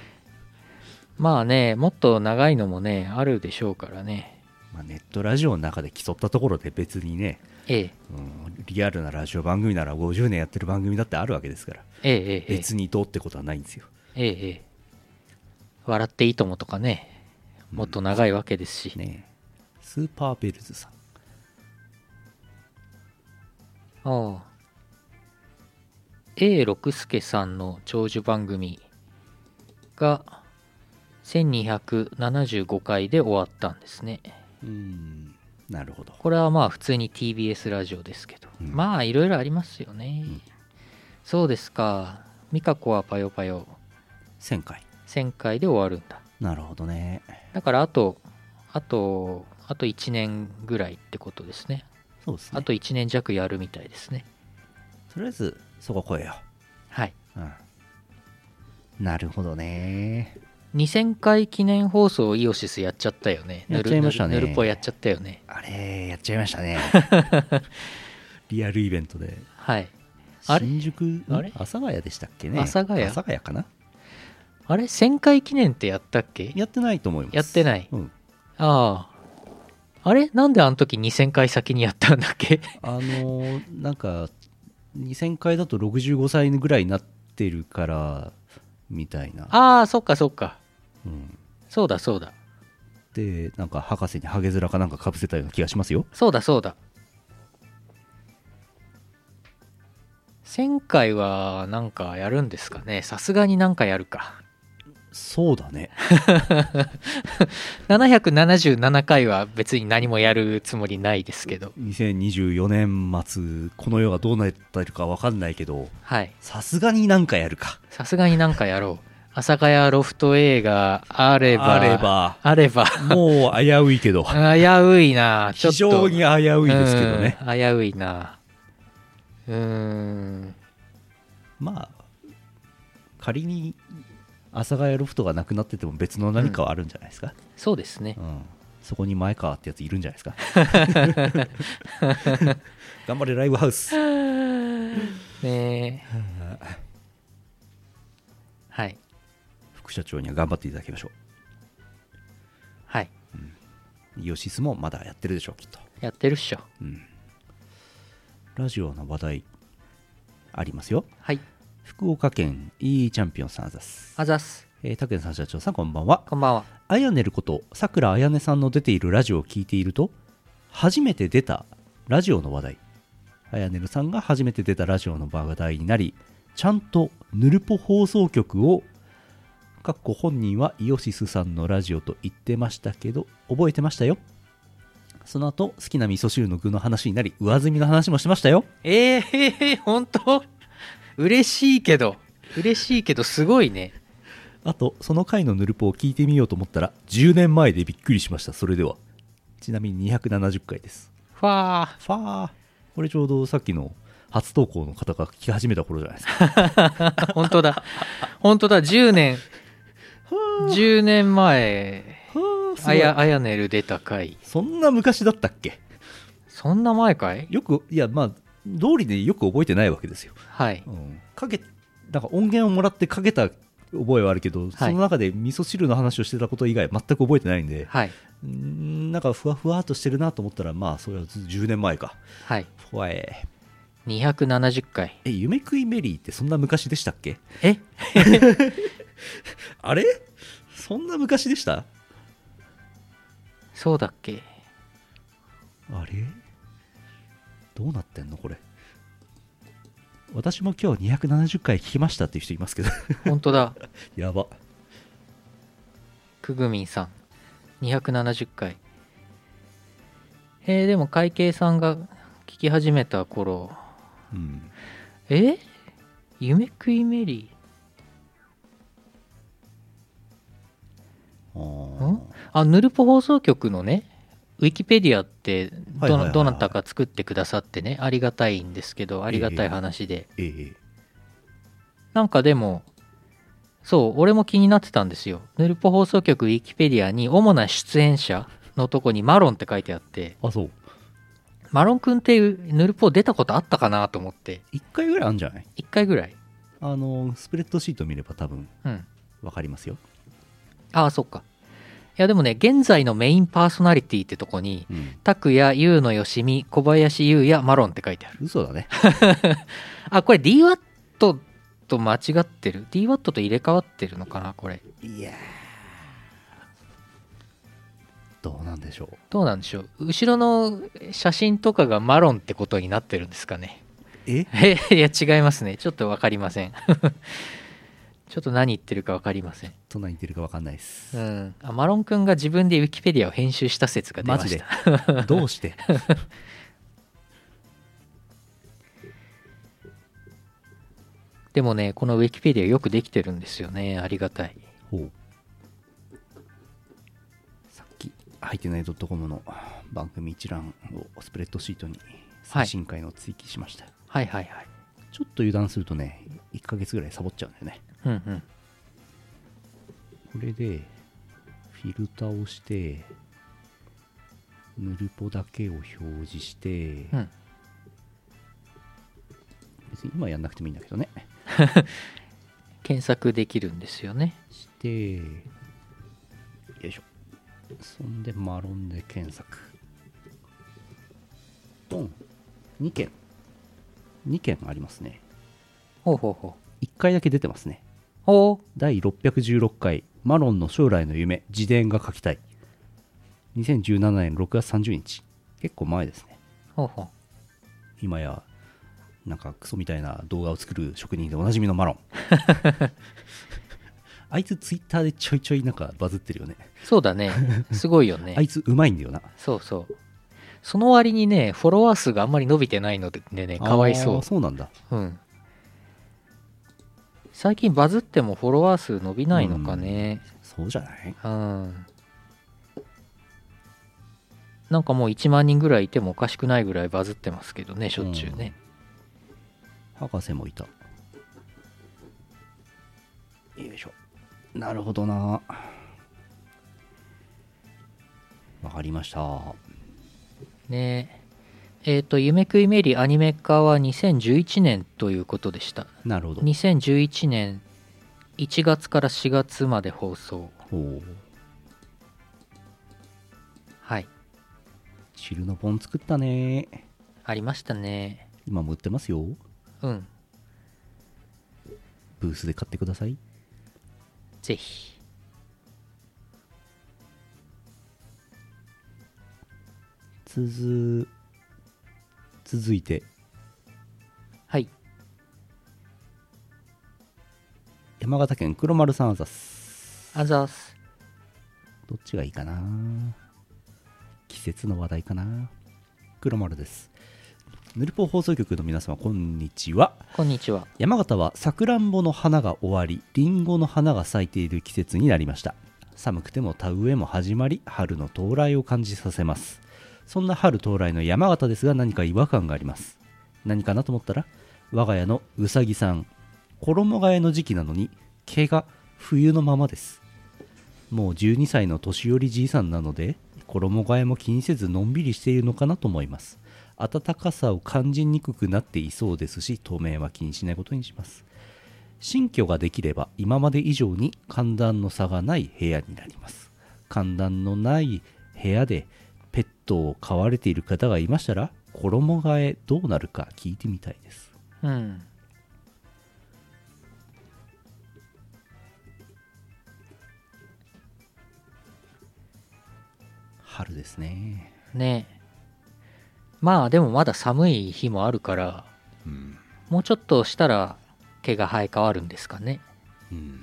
Speaker 1: まあねもっと長いのもねあるでしょうからね
Speaker 2: まあ、ネットラジオの中で競ったところで別にね、
Speaker 1: ええ
Speaker 2: うん、リアルなラジオ番組なら50年やってる番組だってあるわけですから
Speaker 1: えええええ
Speaker 2: 別にどうってことはないんですよ
Speaker 1: えええ笑っていいともとかねもっと長いわけですし、
Speaker 2: ねえスーパーベルズさん
Speaker 1: ああ A 六輔さんの長寿番組が1275回で終わったんですね
Speaker 2: うんなるほど
Speaker 1: これはまあ普通に TBS ラジオですけど、
Speaker 2: うん
Speaker 1: まあいろいろありますよね、
Speaker 2: ん
Speaker 1: そうですか美香子はパヨパヨ
Speaker 2: 1000回
Speaker 1: 1000回で終わるんだ
Speaker 2: なるほどね
Speaker 1: だからあとあとあと1年ぐらいってことですね
Speaker 2: そうですね
Speaker 1: あと1年弱やるみたいですね
Speaker 2: とりあえずそこ超えよ、
Speaker 1: はいう
Speaker 2: うん、なるほどね
Speaker 1: 2000回記念放送イオシスやっちゃったよね
Speaker 2: やっちゃいましたね
Speaker 1: ぬるぬるぬるぽやっちゃったよね
Speaker 2: あれやっちゃいまし たねリアルイベントで
Speaker 1: はいあれ
Speaker 2: 新宿ん
Speaker 1: あれ
Speaker 2: 阿佐ヶ谷でしたっけね
Speaker 1: 阿佐ヶ谷
Speaker 2: 阿佐ヶ谷かな
Speaker 1: あれ1000回記念ってやったっけ
Speaker 2: やってないと思います
Speaker 1: やってない
Speaker 2: うん、
Speaker 1: あああれなんであの時2000回先にやったんだっけ
Speaker 2: あのーなんか2000回だと65歳ぐらいになってるからみたいな、
Speaker 1: ああそっかそっか
Speaker 2: うん
Speaker 1: そうだそうだ
Speaker 2: でなんか博士にハゲヅラかなんかかぶせたような気がしますよ
Speaker 1: そうだそうだ1000回はなんかやるんですかねさすがになんかやるか
Speaker 2: そうだね
Speaker 1: 777回は別に何もやるつもりないですけど
Speaker 2: 2024年末この世がどうなってるか分かんないけど
Speaker 1: はい
Speaker 2: さすがになんかやるか
Speaker 1: さすがになんかやろう阿佐ヶ谷ロフト映画あれば
Speaker 2: あれば
Speaker 1: あれば
Speaker 2: もう危ういけど
Speaker 1: 危ういなちょ
Speaker 2: 非
Speaker 1: っと
Speaker 2: 常に危ういですけどね
Speaker 1: うん危ういなうーん
Speaker 2: まあ仮に阿佐ヶ谷ロフトがなくなってても別の何かはあるんじゃないですか、
Speaker 1: そうですね
Speaker 2: うんそこに前川ってやついるんじゃないですか頑張れライブハウス
Speaker 1: ねえ はい
Speaker 2: 副社長には頑張っていただきましょ
Speaker 1: はい。
Speaker 2: うイオシスもまだやってるでしょうきっと
Speaker 1: やってるっしょ。
Speaker 2: ラジオの話題ありますよ
Speaker 1: はい。
Speaker 2: 福岡県 E チャンピオンさんあざす、
Speaker 1: あざっす。
Speaker 2: えー、竹野さん社長さんこんばんは
Speaker 1: こんばんは。
Speaker 2: あやねることさくらあやねさんの出ているラジオを聞いていると初めて出たラジオの話題あやねるさんが初めて出たラジオの話題になりちゃんとぬるぽ放送局をかっこ本人はイオシスさんのラジオと言ってましたけど覚えてましたよその後好きな味噌汁の具の話になり上積みの話もしましたよ
Speaker 1: えー、本当嬉しいけど、嬉しいけど、すごいね。
Speaker 2: あとその回のヌルポを聞いてみようと思ったら10年前でびっくりしましたそれではちなみに270回です
Speaker 1: ファー
Speaker 2: ファーこれちょうどさっきの初投稿の方が聞き始めた頃じゃないです か
Speaker 1: 本当だ本当だ10年10年前あやあやねる出た回
Speaker 2: そんな昔だったっけ
Speaker 1: そんな前かい
Speaker 2: よくいやまあ道理でよく覚えてないわけですよ、
Speaker 1: はい
Speaker 2: うん、かけなんか音源をもらってかけた覚えはあるけど、その中で味噌汁の話をしてたこと以外全く覚えてないんで、
Speaker 1: はいう
Speaker 2: ーんなんかふわふわっとしてるなと思ったらまあそれはず10年前か
Speaker 1: はい
Speaker 2: ふわえ
Speaker 1: 270回
Speaker 2: え夢食いメリーってそんな昔でしたっけ
Speaker 1: え
Speaker 2: あれそんな昔でした
Speaker 1: そうだっけ
Speaker 2: あれどうなってんのこれ私も今日270回聞きましたっていう人いますけど
Speaker 1: 本当だ
Speaker 2: やば
Speaker 1: くぐみんさん270回えーでも会計さんが聞き始めた頃
Speaker 2: うん
Speaker 1: え夢食いメリ
Speaker 2: あ
Speaker 1: ー
Speaker 2: ー
Speaker 1: んあヌルポ放送局のねウィキペディアって
Speaker 2: はいはいはい
Speaker 1: ど
Speaker 2: はい
Speaker 1: どなたか作ってくださってねありがたいんですけどありがたい話で、
Speaker 2: ええ
Speaker 1: なんかでもそう俺も気になってたんですよヌルポ放送局ウィキペディアに主な出演者のとこにマロンって書いてあって
Speaker 2: あそう
Speaker 1: マロンくんってヌルポ出たことあったかなと思って
Speaker 2: 1回ぐらいあるんじゃない
Speaker 1: 1回ぐらい
Speaker 2: あのスプレッドシート見れば多分
Speaker 1: うん
Speaker 2: わかりますよ、
Speaker 1: ああそっかいやでもね現在のメインパーソナリティってとこに
Speaker 2: うん、
Speaker 1: 拓也優のよしみ小林優也マロンって書いてある
Speaker 2: 嘘だね
Speaker 1: あこれ DWAT と間違ってる DWAT と入れ替わってるのかなこれ
Speaker 2: いやーどうなんでしょう
Speaker 1: どうなんでしょう後ろの写真とかがマロンってことになってるんですかね
Speaker 2: え
Speaker 1: えいや違いますねちょっと分かりません ちょっと何言ってるか分かりません
Speaker 2: と何言ってるかわかんないです
Speaker 1: うんあマロンくんが自分でウィキペディアを編集した説が出ま
Speaker 2: マジ
Speaker 1: し
Speaker 2: で
Speaker 1: た
Speaker 2: どうして
Speaker 1: でもねこのウィキペディアよくできてるんですよねありがたい
Speaker 2: ほうさっき入ってない .com の番組一覧をスプレッドシートに最新回の追記しました、
Speaker 1: はいはいはい
Speaker 2: ちょっと油断するとね1ヶ月ぐらいサボっちゃうんだよね
Speaker 1: うんうん
Speaker 2: これでフィルターをしてヌルポだけを表示して、
Speaker 1: うん
Speaker 2: 別に今やんなくてもいいんだけどね
Speaker 1: 検索できるんですよね
Speaker 2: してよいしょそんでマロンで検索ポン2件2件ありますね
Speaker 1: ほうほうほ
Speaker 2: 1回だけ出てますね
Speaker 1: うおお
Speaker 2: 第616回マロンの将来の夢自伝が書きたい2017年6月30日結構前ですね
Speaker 1: ほうほう
Speaker 2: 今やなんかクソみたいな動画を作る職人でおなじみのマロンあいつツイッターでちょいちょいなんかバズってるよね
Speaker 1: そうだ ねすごいよね、
Speaker 2: あいつうまいんだよな
Speaker 1: そうそうその割にねフォロワー数があんまり伸びてないのでねかわい
Speaker 2: あ
Speaker 1: そ
Speaker 2: ーそうなんだ
Speaker 1: ううん最近バズってもフォロワー数伸びないのかね
Speaker 2: そうじゃない
Speaker 1: うん、なんかもう1万人ぐらいいてもおかしくないぐらいバズってますけどねしょっちゅうね、
Speaker 2: 博士もいたよいしょなるほどなわかりました
Speaker 1: ねええっ、と「夢食いメリ」アニメ化は2011年ということでした
Speaker 2: なるほど
Speaker 1: 2011年1月から4月まで放送
Speaker 2: おー
Speaker 1: はい
Speaker 2: 汁のポン作ったね
Speaker 1: ありましたね
Speaker 2: 今も売ってますよ
Speaker 1: うん
Speaker 2: ブースで買ってください
Speaker 1: ぜひ
Speaker 2: 続続いて
Speaker 1: はい
Speaker 2: 山形県黒丸さんあざっす
Speaker 1: あざーす
Speaker 2: どっちがいいかな季節の話題かな黒丸ですヌルポ放送局の皆様こんにちは
Speaker 1: こんにちは
Speaker 2: 山形はさくらんぼの花が終わりりんごの花が咲いている季節になりました寒くても田植えも始まり春の到来を感じさせますそんな春到来の山形ですが何か違和感があります何かなと思ったら我が家のうさぎさん衣替えの時期なのに毛が冬のままですもう12歳の年寄りじいさんなので衣替えも気にせずのんびりしているのかなと思います暖かさを感じにくくなっていそうですし当面は気にしないことにします新居ができれば今まで以上に寒暖の差がない部屋になります寒暖のない部屋でペットを飼われている方がいましたら衣替えどうなるか聞いてみたいです
Speaker 1: うん
Speaker 2: 春ですね
Speaker 1: ねまあでもまだ寒い日もあるから
Speaker 2: うん、
Speaker 1: もうちょっとしたら毛が生え変わるんですかね
Speaker 2: うん、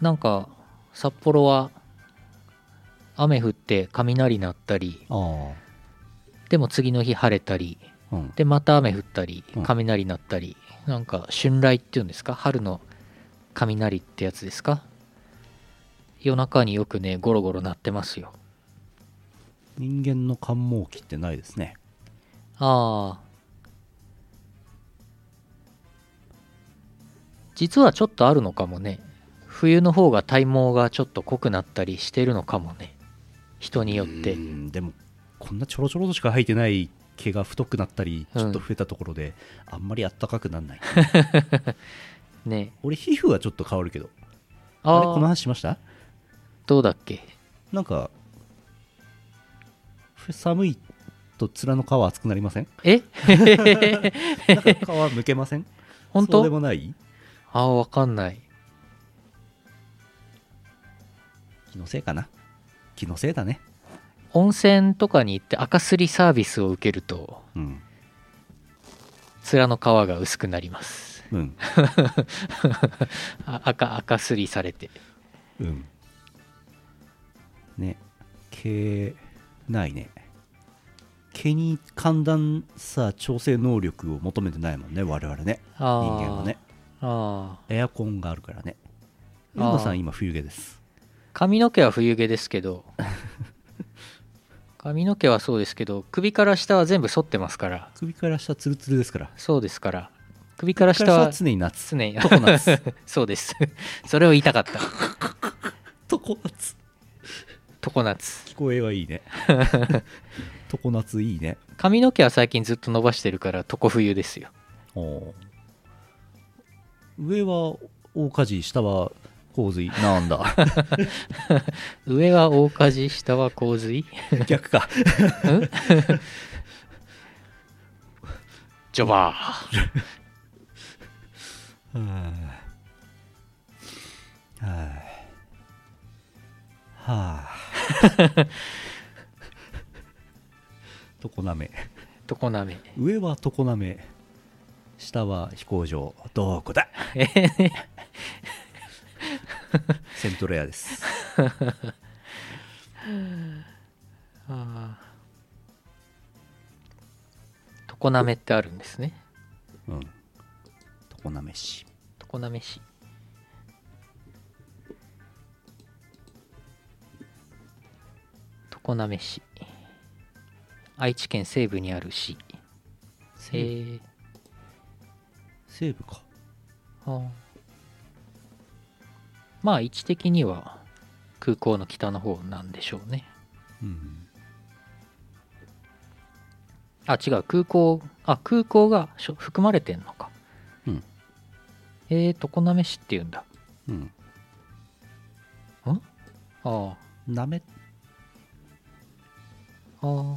Speaker 1: なんか札幌は雨降って雷鳴ったり
Speaker 2: あ
Speaker 1: でも次の日晴れたり
Speaker 2: あうん
Speaker 1: でまた雨降ったり
Speaker 2: うん
Speaker 1: 雷鳴ったり、なんか春雷っていうんですか春の雷ってやつですか夜中によくねゴロゴロ鳴ってますよ
Speaker 2: 人間の寒毛期ってないですね
Speaker 1: ああ実はちょっとあるのかもね冬の方が体毛がちょっと濃くなったりしてるのかもね人によって
Speaker 2: うんでもこんなちょろちょろとしか生えてない毛が太くなったり
Speaker 1: うん
Speaker 2: ちょっと増えたところで、あんまりあったかくならない
Speaker 1: ね
Speaker 2: 俺皮膚はちょっと変わるけどあれこ
Speaker 1: あ
Speaker 2: の
Speaker 1: あ
Speaker 2: 話しました
Speaker 1: どうだっけ
Speaker 2: なんかふ寒いと面の皮厚くなりま せん
Speaker 1: え
Speaker 2: なんか皮むけません
Speaker 1: 本
Speaker 2: そうで
Speaker 1: 当
Speaker 2: もない
Speaker 1: ああわかんない
Speaker 2: 気のせいかな気のせいだね
Speaker 1: 温泉とかに行って赤すりサービスを受けると
Speaker 2: うん
Speaker 1: 面の皮が薄くなります
Speaker 2: うん
Speaker 1: あ赤赤すりされて
Speaker 2: うんね毛ないね毛に寒暖差調整能力を求めてないもんね我々ね
Speaker 1: ああ
Speaker 2: 人間はね
Speaker 1: ああ
Speaker 2: エアコンがあるからね
Speaker 1: あ
Speaker 2: 運
Speaker 1: ー
Speaker 2: 動さん今冬毛です
Speaker 1: 髪の毛は冬毛ですけど髪の毛はそうですけど首から下は全部剃ってますから
Speaker 2: 首から下ツルツルですから
Speaker 1: そうですから首から下
Speaker 2: 首から
Speaker 1: は
Speaker 2: 下は常に夏
Speaker 1: 常に
Speaker 2: 常夏
Speaker 1: そうですそれを言いたかった
Speaker 2: 常夏
Speaker 1: 常夏
Speaker 2: 聞こえはい いね常夏いいね
Speaker 1: 髪の毛は最近ずっと伸ばしてるから常冬ですよ
Speaker 2: お上は大火事下は洪水なんだ
Speaker 1: 上は大火事下は洪水
Speaker 2: 逆か
Speaker 1: ジョバー
Speaker 2: はい、はあ常滑
Speaker 1: 常滑
Speaker 2: 上は常滑下は飛行場どこだセントレアです
Speaker 1: あー常滑ってあるんですね
Speaker 2: うん常滑市
Speaker 1: 常滑市常滑市愛知県西部にある市えー、
Speaker 2: 西部か
Speaker 1: あまあ位置的には空港の北の方なんでしょうね
Speaker 2: うん
Speaker 1: あ違う空港あ空港がしょ含まれてんのか
Speaker 2: うん
Speaker 1: えー、常滑市っていうんだ
Speaker 2: うん
Speaker 1: ああ
Speaker 2: なめ
Speaker 1: ああ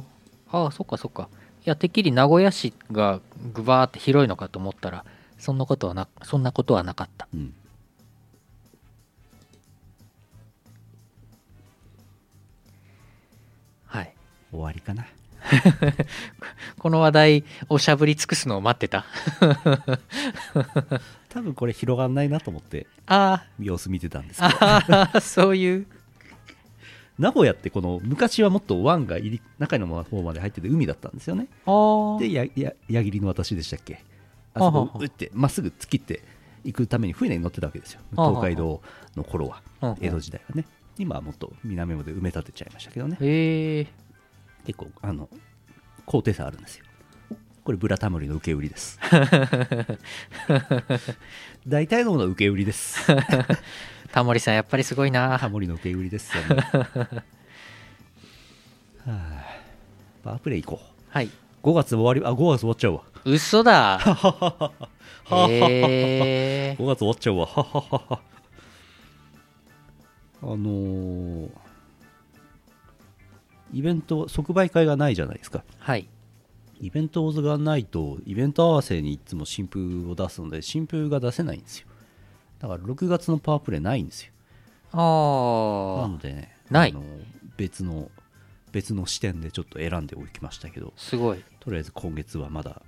Speaker 1: ああそっかそっかいやてっきり名古屋市がぐばーって広いのかと思ったらそんなことはなそんなことはなかった
Speaker 2: うん
Speaker 1: はい
Speaker 2: 終わりかな
Speaker 1: この話題をしゃぶり尽くすのを待ってた
Speaker 2: 多分これ広がんないなと思って
Speaker 1: あ
Speaker 2: 様子見てたんですけど
Speaker 1: ああそういう
Speaker 2: 名古屋ってこの昔はもっと湾が入り中の方まで入ってて海だったんですよね
Speaker 1: あ
Speaker 2: でやや矢切の私でしたっけあ
Speaker 1: は
Speaker 2: そ
Speaker 1: はは
Speaker 2: こ打ってまっすぐ突きって行くために船に乗ってたわけですよ
Speaker 1: ははは
Speaker 2: 東海道の頃は
Speaker 1: あ
Speaker 2: 江戸時代はね今はもっと南メモで埋め立てちゃいましたけどね
Speaker 1: へえ
Speaker 2: 結構あの高低差あるんですよこれブラタモリの受け売りです 大体のものは受け売りです
Speaker 1: タモリさんやっぱりすごい
Speaker 2: タ
Speaker 1: な
Speaker 2: モリの受け売りですよ、ね はあ、パワープレイ行こ
Speaker 1: はいう
Speaker 2: 5月終わりあ5月終わっちゃうわ
Speaker 1: 嘘 だ
Speaker 2: 5
Speaker 1: へえ
Speaker 2: 月終わっちゃうわははははあのーイベント即売会がないじゃないですか
Speaker 1: はい
Speaker 2: イベントがないとイベント合わせにいつも新風を出すので新風が出せないんですよだから6月のパワープレイないんですよ
Speaker 1: あ
Speaker 2: な
Speaker 1: ー
Speaker 2: のでね
Speaker 1: ない
Speaker 2: あの別の別の視点でちょっと選んでおきましたけど
Speaker 1: すごい
Speaker 2: とりあえず今月はまだ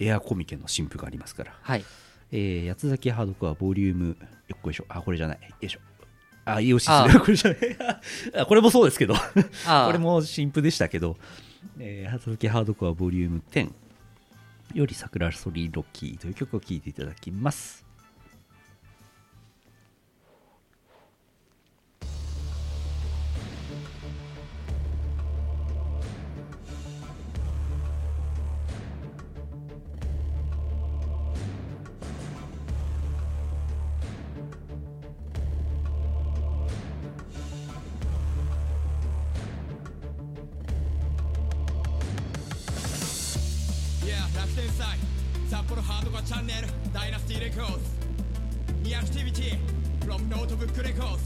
Speaker 2: エアコミケの新風がありますから
Speaker 1: はい
Speaker 2: えー、八つ崎ハードコアボリュームよっこいしょあこれじゃないよいしょあイオシス
Speaker 1: あ
Speaker 2: だこれじゃないあこれもそうですけど
Speaker 1: あー
Speaker 2: これも新譜でしたけど、えー、八つ崎ハードコアボリューム10より桜ソリロキーという曲を聴いていただきます
Speaker 4: いや楽天祭札幌ハードバーチャンネルダイナスティレコーズニアクティビティ from ノートブックレコーズ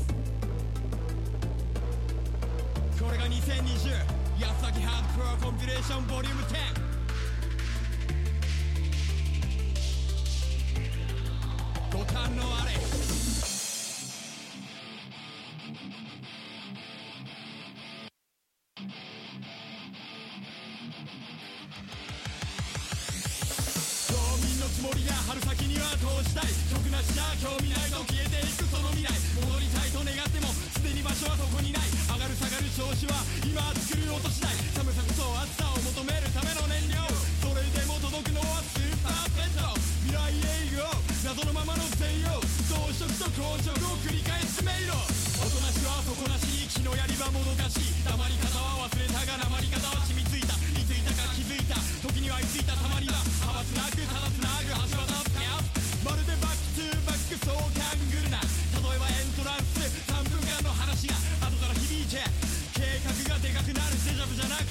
Speaker 4: これが2020安崎ハードコアコンビネーションボリューム10ご堪能あれ町民のつもりが春先には投じたい曲なしじゃ興味ないと消えていくその未来戻りたいと願ってもすでに場所はそこにない上がる下がる調子は今作る落としない寒さこそ暑さを求めるための燃料それでも届くのはスーパーペット未来永劫謎のままの専用増殖と硬直を繰り返す迷路おとなしは底なし気のやりはもどかしい黙り方は忘れたが黙り方は染みついたいついたか気づいた時にはいついたたまりは派閥なくただつなぐ橋渡すやまるでバックトゥーバックそうキャングルな例えばエントランス3分間の話が後から響いて計画がでかくなるデジャブじゃなく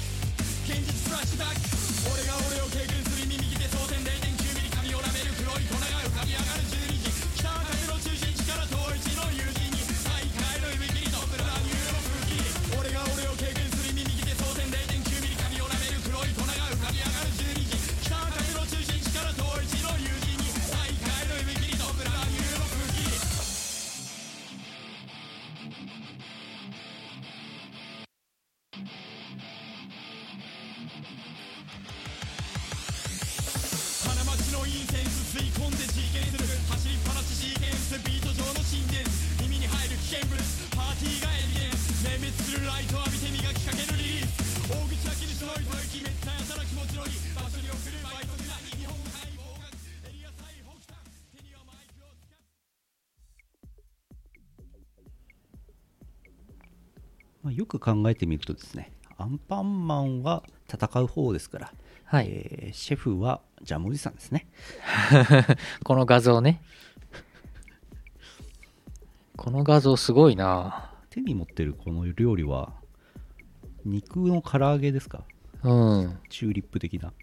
Speaker 4: 現実フラッシュバック俺が俺を経験するに右手蒼天0.9ミリ髪をなめる黒い粉が浮かび上がる12時北の風の中心地から遠い地の友人に再会の指切りとブラニューの風紀俺が俺を経験するに右手蒼天0.9ミリ髪をなめる黒い粉が浮かび上がる12時北の風の中心地から遠い地の友人に再会の指切りとブラニューの風紀花街のインセンス吸い込んで事件する走りっぱなしシーケンスビート上の神殿耳に入る危険物パーティーがエビデンス明滅するライト浴びて磨きかけるリリース大口だけにしといと息めっちゃやたら気持ちのいい場所に送るバイトが日本海方角エリア最北端手にはマイクを使っ
Speaker 2: まあ、よく考えてみるとですねアンパンマンは戦う方ですから、
Speaker 1: はい
Speaker 2: えーシェフはジャムおじさんですね
Speaker 1: この画像ねこの画像すごいな
Speaker 2: 手に持ってるこの料理は肉の唐揚げですか
Speaker 1: うん
Speaker 2: チューリップ的な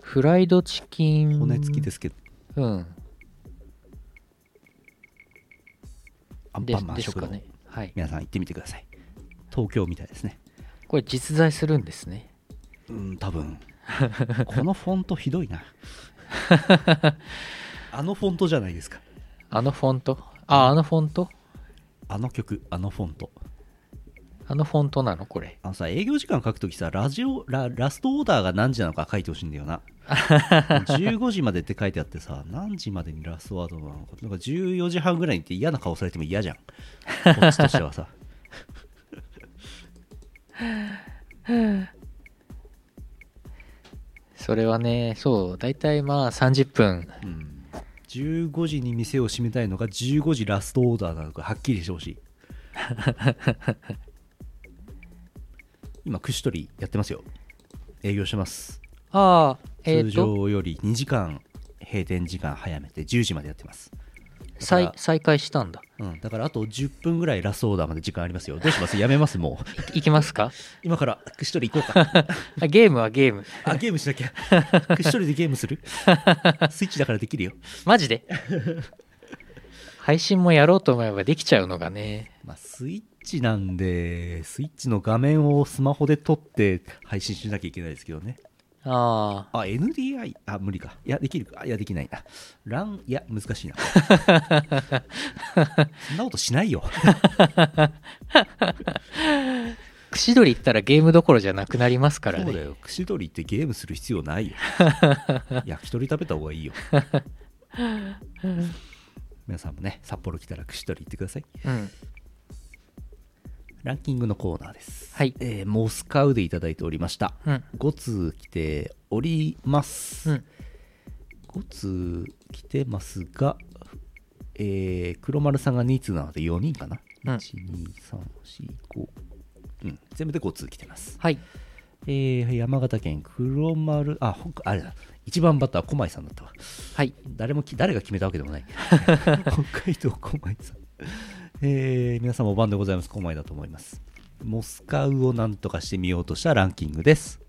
Speaker 1: フライドチキン
Speaker 2: 骨付きですけど、
Speaker 1: うん
Speaker 2: アン
Speaker 1: で
Speaker 2: パンマン
Speaker 1: です
Speaker 2: 食
Speaker 1: か
Speaker 2: 堂、
Speaker 1: ねはい
Speaker 2: 皆さん行ってみてください東京みたいですね
Speaker 1: これ実在するんですね
Speaker 2: うん 多分このフォントひどいなあのフォントじゃないですか
Speaker 1: あのフォントああのフォント
Speaker 2: あの曲あのフォント
Speaker 1: あのフォントなのこれ
Speaker 2: あのさ営業時間書くときさラジオララストオーダーが何時なのか書いてほしいんだよな15時までって書いてあってさ 何時までにラストオーダーなのかなんか14時半ぐらいにって嫌な顔されても嫌じゃんこっちとして はさ
Speaker 1: それはねそう大体まあ30分
Speaker 2: 15時に店を閉めたいのか15時ラストオーダーなのかはっきりしてほしい今串取りやってますよ営業してます
Speaker 1: ああえっ、
Speaker 2: 通
Speaker 1: と
Speaker 2: 常より2時間閉店時間早めて10時までやってます
Speaker 1: 再再開したんだ
Speaker 2: うん、だからあと10分ぐらいラストオーダーまで時間ありますよ。どうします やめますもう。
Speaker 1: いいきますか
Speaker 2: 今から串取り行こう か。
Speaker 1: あゲームはゲーム
Speaker 2: あ、ゲームしなきゃ。串取りでゲームす るスイッチだからできるよ。
Speaker 1: マ ジで配信もやろうと思えばできちゃうのがね
Speaker 2: まあ、スイッチなんで、スイッチの画面をスマホで撮って配信しなきゃいけないですけどね。
Speaker 1: あ
Speaker 2: あ、NDI? あ、無理か。いや、できるか。あいや、できないな。ラン、いや、難し いな。そんなことしないよ。
Speaker 1: あ串取り行ったらゲームどころじゃなくなりますから
Speaker 2: そうだ
Speaker 1: ね
Speaker 2: よ。串取りってゲームする必 要ないよ。焼き鳥食べた方がいいよ。皆さんもね、札幌来たら串取り行ってください。
Speaker 1: うん
Speaker 2: ランキングのコーナーです。
Speaker 1: はい
Speaker 2: えーモスカウでいただいておりました。
Speaker 1: うん
Speaker 2: 5通来ております。
Speaker 1: うん
Speaker 2: 5通来てますが、えー、黒丸さんが2通なので4人かな。
Speaker 1: うん
Speaker 2: 1、2、3、4、5。うん、全部で5通来てます。
Speaker 1: はい
Speaker 2: えー山形県黒丸、あ、ほんあれだ、一番バッター、小前さんだったわ。
Speaker 1: はい
Speaker 2: 誰もき、誰が決めたわけでもない。北海道、小前さん。えー皆様お晩でございます。小前だと思います。モスカウをなんとかしてみようとしたランキングです。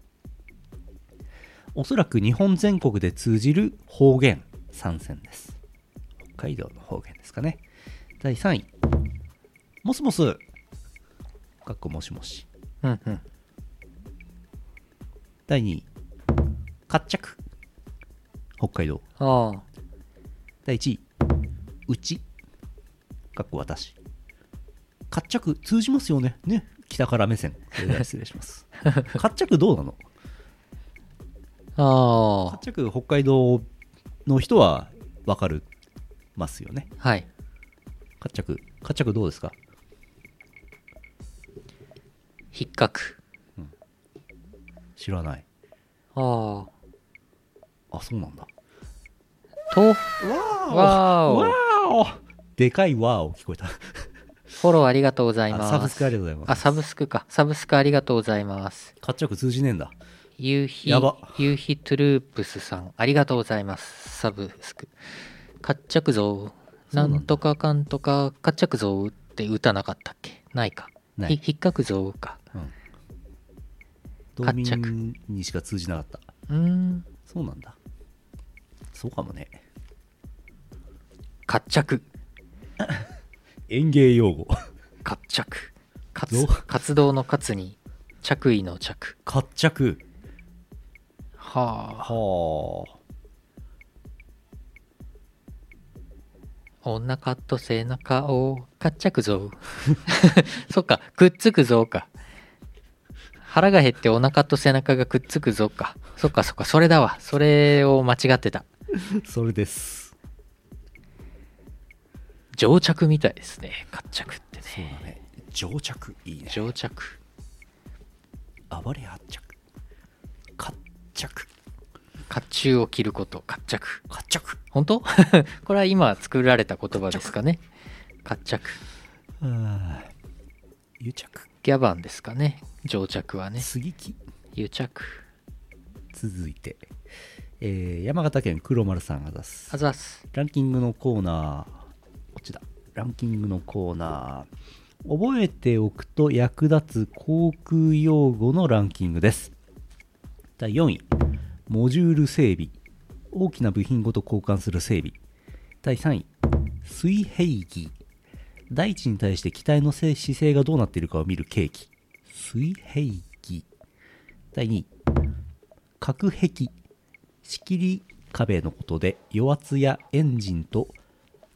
Speaker 2: おそらく日本全国で通じる方言参戦です。北海道の方言ですかね。第3位。もすもす。かっこもしもし。
Speaker 1: うんうん
Speaker 2: 第2位、活着。北海道。
Speaker 1: ああ
Speaker 2: 第1位、うち。かっこ私。活着、通じますよね。ね。北から 目線。それでは失礼します。 活着どうなの
Speaker 1: ああ
Speaker 2: 活着、北海道の人はわかるますよね。
Speaker 1: はい
Speaker 2: 活着、活着どうですか
Speaker 1: 引っかく
Speaker 2: 知らない。
Speaker 1: ああ
Speaker 2: あ、そうなんだ。
Speaker 1: とわーお
Speaker 2: わーおでかいわーお聞こえた。
Speaker 1: フォローありがとうございま
Speaker 2: あ
Speaker 1: す
Speaker 2: サブスクありがとうござい
Speaker 1: あ
Speaker 2: ます。
Speaker 1: サブスクかサブスクありがとうございます
Speaker 2: 活着通じねえんだ。
Speaker 1: 夕日
Speaker 2: やば
Speaker 1: 夕日トゥループスさんありがとうございますサブスク「かっちゃくぞー
Speaker 2: な
Speaker 1: なん
Speaker 2: だ
Speaker 1: んとかかんとかかっちゃくぞー」って歌なかったっけないか
Speaker 2: ない
Speaker 1: ひ引っかくぞーか
Speaker 2: うん。道
Speaker 1: 活着
Speaker 2: 民にしか通じなかった。
Speaker 1: うーん
Speaker 2: そうなんだ。そうかもね。
Speaker 1: かっちゃく
Speaker 2: 園芸用語。
Speaker 1: かっちゃくかつ
Speaker 2: ぞ
Speaker 1: 活動の活に着衣の着
Speaker 2: 活着。
Speaker 1: はあ
Speaker 2: はあ。
Speaker 1: 女カット背中をかっちゃくぞー そっかくっつくぞーか腹が減ってお腹と背中がくっつくぞーかそっかそっかそれだわそれを間違ってた
Speaker 2: それです。
Speaker 1: 定着みたいですね活着って
Speaker 2: そう
Speaker 1: ね
Speaker 2: だね。乗着。いいね。
Speaker 1: 定着
Speaker 2: 暴れ発着。活着。
Speaker 1: 甲冑を着ること活着
Speaker 2: 活着。
Speaker 1: 本当 これは今作られた言葉ですかね活着
Speaker 2: ああ。癒着。
Speaker 1: ギャバンですかね定着はね
Speaker 2: ぎ木。
Speaker 1: 癒着
Speaker 2: 続いて。えー、山形県黒丸さんが出す
Speaker 1: あ。ざっす
Speaker 2: ランキングのコーナー、こっちだ。ランキングのコーナー。覚えておくと役立つ航空用語のランキングです。第4位、モジュール整備。大きな部品ごと交換する整備。第3位、水平器。大地に対して機体のせ姿勢がどうなっているかを見る計器。水平器。第2位、隔壁。仕切り壁のことで余圧やエンジンと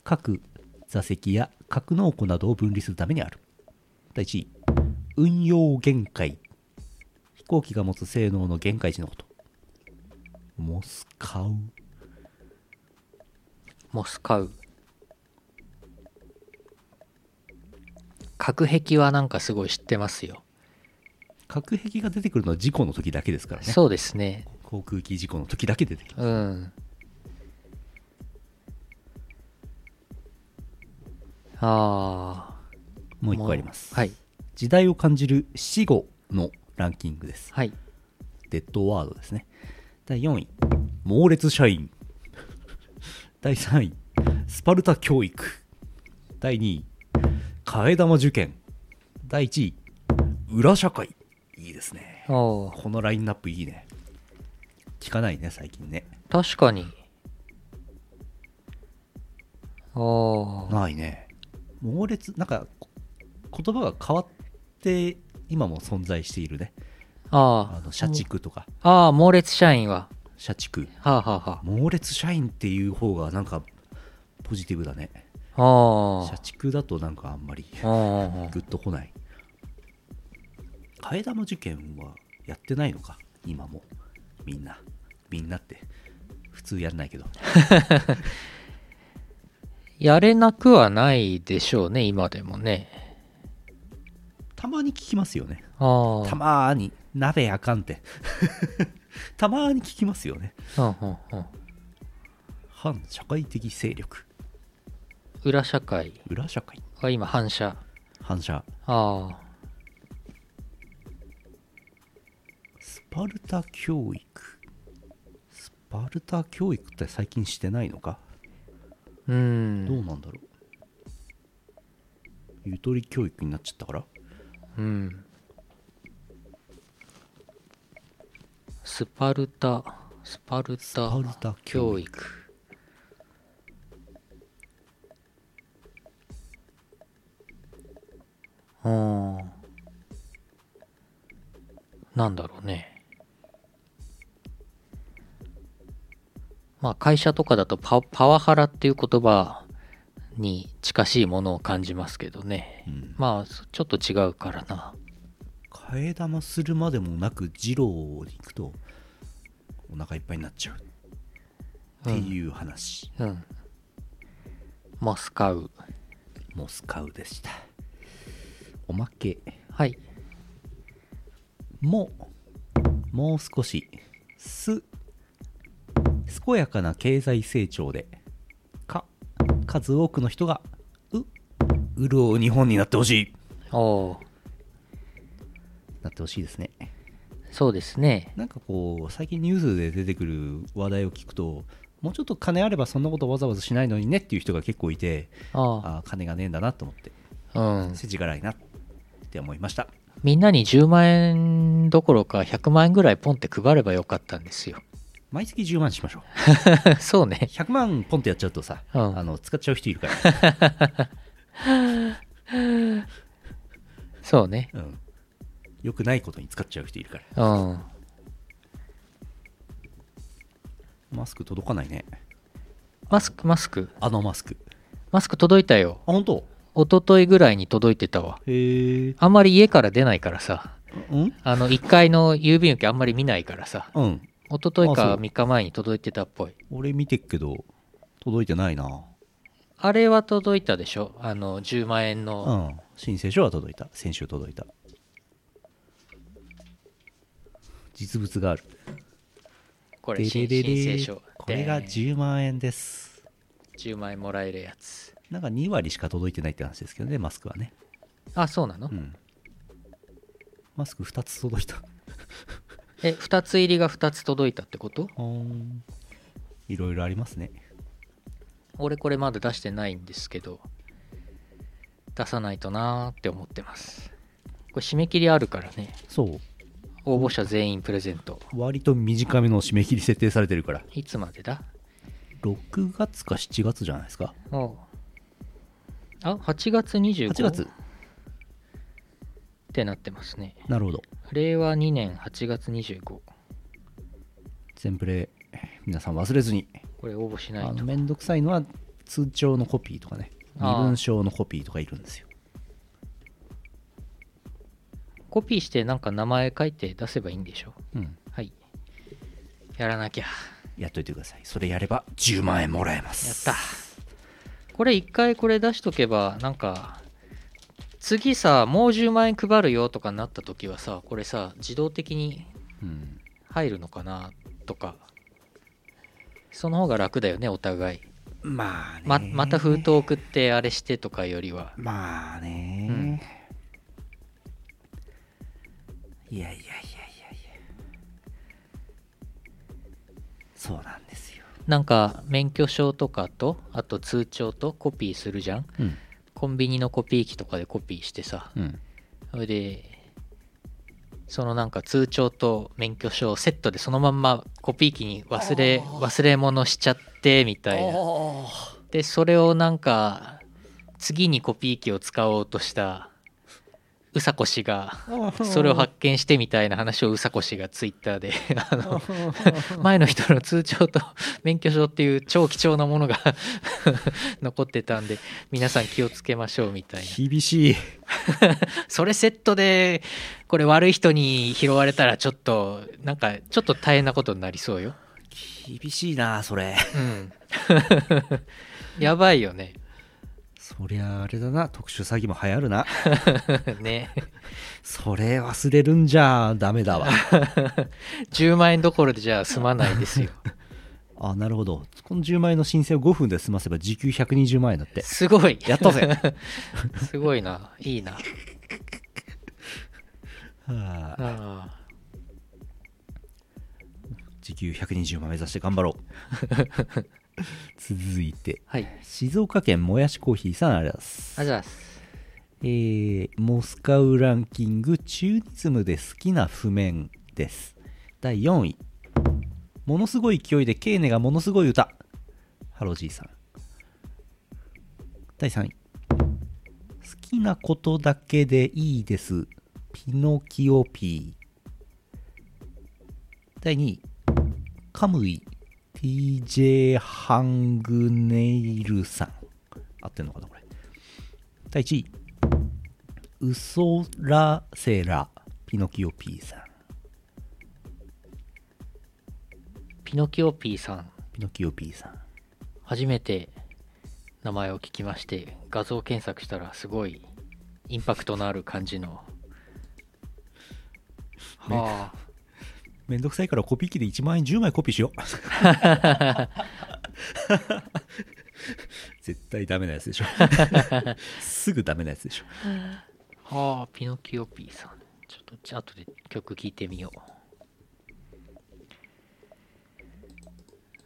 Speaker 2: 各座席や格納庫などを分離するためにある第1位運用限界飛行機が持つ性能の限界値のことモスカウ
Speaker 1: モスカウ隔壁はなんかすごい知ってますよ、
Speaker 2: 隔壁が出てくるのは事故の時だけですからね
Speaker 1: そうですね
Speaker 2: 航空機事故の時だけ出てくる
Speaker 1: うんああ
Speaker 2: もう一個あります
Speaker 1: はい
Speaker 2: 時代を感じる死後のランキングです
Speaker 1: はい
Speaker 2: デッドワードですね第4位猛烈社員 第3位スパルタ教育第2位替え玉受験第1位裏社会いいですね
Speaker 1: ああ
Speaker 2: このラインナップいいね聞かないね最近ね
Speaker 1: 確かにああ
Speaker 2: ないね猛烈なんかこ言葉が変わって今も存在しているねあ
Speaker 1: あ
Speaker 2: の社畜とか
Speaker 1: あああ猛烈社員は
Speaker 2: 社畜
Speaker 1: はあはあは
Speaker 2: 猛烈社員っていう方がなんかポジティブだね
Speaker 1: ああ
Speaker 2: 社畜だとなんかあんまり
Speaker 1: ああ
Speaker 2: グッとこない替え玉受験はやってないのか今もみんなみんなって普通やんないけど
Speaker 1: やれなくはないでしょうね今でもね
Speaker 2: たまに聞きますよね
Speaker 1: ああ
Speaker 2: たまーに鍋あかんって たまーに聞きますよね
Speaker 1: うんうんうん
Speaker 2: 反社会的勢力
Speaker 1: 裏社会
Speaker 2: 裏社会
Speaker 1: が今反射
Speaker 2: 反社
Speaker 1: ああ
Speaker 2: スパルタ教育スパルタ教育って最近してないのか
Speaker 1: う
Speaker 2: ど
Speaker 1: ん
Speaker 2: うなんだろうゆとり教育になっちゃったから
Speaker 1: うんスパルタスパル
Speaker 2: スパル
Speaker 1: タ
Speaker 2: タ教
Speaker 1: 教
Speaker 2: 育
Speaker 1: 育うんなんだろうねまあ会社とかだとパパワハラっていう言葉に近しいものを感じますけどね、
Speaker 2: うん
Speaker 1: まあそちょっと違うからな
Speaker 2: 替え玉するまでもなく二郎に行くとお腹いっぱいになっちゃうっていう話、
Speaker 1: うんモスカウ
Speaker 2: モスカウでしたおまけ
Speaker 1: はい
Speaker 2: ももう少しす健やかな経済成長でか数多くの人がう潤う日本になってほしい
Speaker 1: おおー
Speaker 2: なってほしいですね
Speaker 1: そうですね
Speaker 2: なんかこう最近ニュースで出てくる話題を聞くともうちょっと金あればそんなことわざわざしないのにねっていう人が結構いて
Speaker 1: あ
Speaker 2: あー金がねえんだなと思って
Speaker 1: あうん
Speaker 2: 世知辛いなって思いました
Speaker 1: みんなに10万円どころか100万円ぐらいポンって配ればよかったんですよ
Speaker 2: 毎月10万しましょう
Speaker 1: そうね
Speaker 2: 100万ポンってやっちゃうとさ、
Speaker 1: うん
Speaker 2: あの使っちゃう人いるから
Speaker 1: そうね
Speaker 2: うん。良くないことに使っちゃう人いるから。
Speaker 1: うん
Speaker 2: マスク届かないね。
Speaker 1: マスクマスク
Speaker 2: あのマスク。
Speaker 1: マスク届いたよ
Speaker 2: あ、本当
Speaker 1: 一昨日ぐらいに届いてたわ
Speaker 2: へえ。
Speaker 1: あんまり家から出ないからさ
Speaker 2: うん
Speaker 1: あの1階の郵便受けあんまり見ないからさ
Speaker 2: うん。
Speaker 1: 一昨日
Speaker 2: あ
Speaker 1: か
Speaker 2: そう
Speaker 1: 3日前に届いてたっぽい
Speaker 2: 俺見てっけど、届いてないな。
Speaker 1: あれは届いたでしょあの10万円の、
Speaker 2: うん。申請書は届いた。先週届いた。実物がある。
Speaker 1: これ
Speaker 2: で
Speaker 1: 申
Speaker 2: れれれ
Speaker 1: 請書
Speaker 2: これが
Speaker 1: で
Speaker 2: 10万円です。
Speaker 1: 10万円もらえるやつ
Speaker 2: なんか2割しか届いてないって話ですけどね、マスクはね。
Speaker 1: あそうなの、
Speaker 2: うん。マスク2つ届いた。
Speaker 1: え2つ入りが2つ届いたってこと
Speaker 2: ほーん。いろいろありますね。
Speaker 1: 俺これまだ出してないんですけど出さないとなーって思ってますこれ締め切りあるからね
Speaker 2: そう。
Speaker 1: 応募者全員プレゼント
Speaker 2: 割と短めの締め切り設定されてるから
Speaker 1: いつまでだ
Speaker 2: 6月か7月じゃないですか
Speaker 1: おうあ8月25
Speaker 2: 8月
Speaker 1: ってなってますね
Speaker 2: なるほど
Speaker 1: 令和2年8月25こ
Speaker 2: 全プレイ皆さん忘れずに
Speaker 1: れ応募しな
Speaker 2: あ
Speaker 1: い
Speaker 2: の
Speaker 1: と
Speaker 2: めんどくさいのは通帳のコピーとかね身
Speaker 1: あー
Speaker 2: 分証のコピーとかいるんですよ
Speaker 1: コピーしてなんか名前書いて出せばいいんでしょ
Speaker 2: うん
Speaker 1: はいやらなきゃ
Speaker 2: やっといてくださいそれやれば10万円もらえま
Speaker 1: やっ
Speaker 2: す
Speaker 1: たこれ一回これ出しとけばなんか次さもう10万円配るよとかなった時はさこれさ自動的に
Speaker 2: うん
Speaker 1: 入るのかなとかその方が楽だよねお互い
Speaker 2: まあね
Speaker 1: ままた封筒送ってあれしてとかよりは
Speaker 2: まあね、いやいやいやいやいやそうなんですよ、
Speaker 1: なんか免許証とかとあと通帳とコピーするじゃん
Speaker 2: うん
Speaker 1: コンビニのコピー機とかでコピーしてさ
Speaker 2: うん、
Speaker 1: それでそのなんか通帳と免許証をセットでそのまんまコピー機に忘れ忘れ物しちゃってみたいなでそれをなんか次にコピー機を使おうとしたうさこ氏がそれを発見してみたいな話をうさこ氏がツイッターであの前の人の通帳と免許証っていう超貴重なものが 残ってたんで皆さん気をつけましょうみたいな
Speaker 2: 厳しい
Speaker 1: それセットでこれ悪い人に拾われたらちょっとなんかちょっと大変なことになりそうよ
Speaker 2: 厳しいなそれ
Speaker 1: うん やばいよね
Speaker 2: そりゃあれだな特殊詐欺も流行るな
Speaker 1: ね
Speaker 2: それ忘れるんじゃダメだ わ
Speaker 1: 10万円どころでじゃあ済まないですよ
Speaker 2: あなるほどこの10万円の申請を5分で済ませば時給120万円だって
Speaker 1: すごい
Speaker 2: やったぜ
Speaker 1: すごいないいな
Speaker 2: は あ
Speaker 1: ああ
Speaker 2: 時給120万目指して頑張ろう続いて
Speaker 1: はい
Speaker 2: 静岡県もやしコーヒーさんありがとうございます
Speaker 1: ありがとうございます
Speaker 2: えーモスカウランキングチューニズムで好きな譜面です第4位ものすごい勢いでケーネがものすごい歌ハロジーさん第3位好きなことだけでいいですピノキオピー第2位カムイ TJ ハングネイルさん合ってんのかなこれ第1位ウソラセラピノキオピーさん
Speaker 1: ピノキオピーさん
Speaker 2: ピノキオピーさん
Speaker 1: 初めて名前を聞きまして画像検索したらすごいインパクトのある感じの
Speaker 2: ね
Speaker 1: はあ
Speaker 2: めんどくさいからコピー機で1万円10枚コピーしよ う絶対ダメなやつでしょすぐダメなやつでしょ
Speaker 1: はあピノキオピーさんちょっとじゃあ後で曲聴いてみよう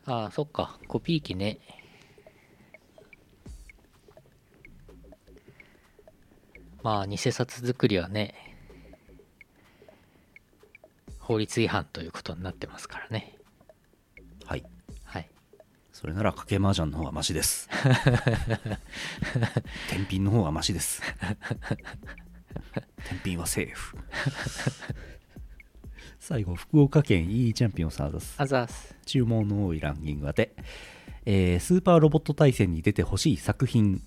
Speaker 1: ああそっかコピー機ねまあ偽札作りはね法律違反ということになってますからね
Speaker 2: はい
Speaker 1: はい
Speaker 2: それならかけ麻雀の方がマシです 天秤の方がマシです天秤はセーフ最後福岡県 E チャンピオンさんです
Speaker 1: あざーす
Speaker 2: 注文の多いランキング当て、えースーパーロボット対戦に出てほしい作品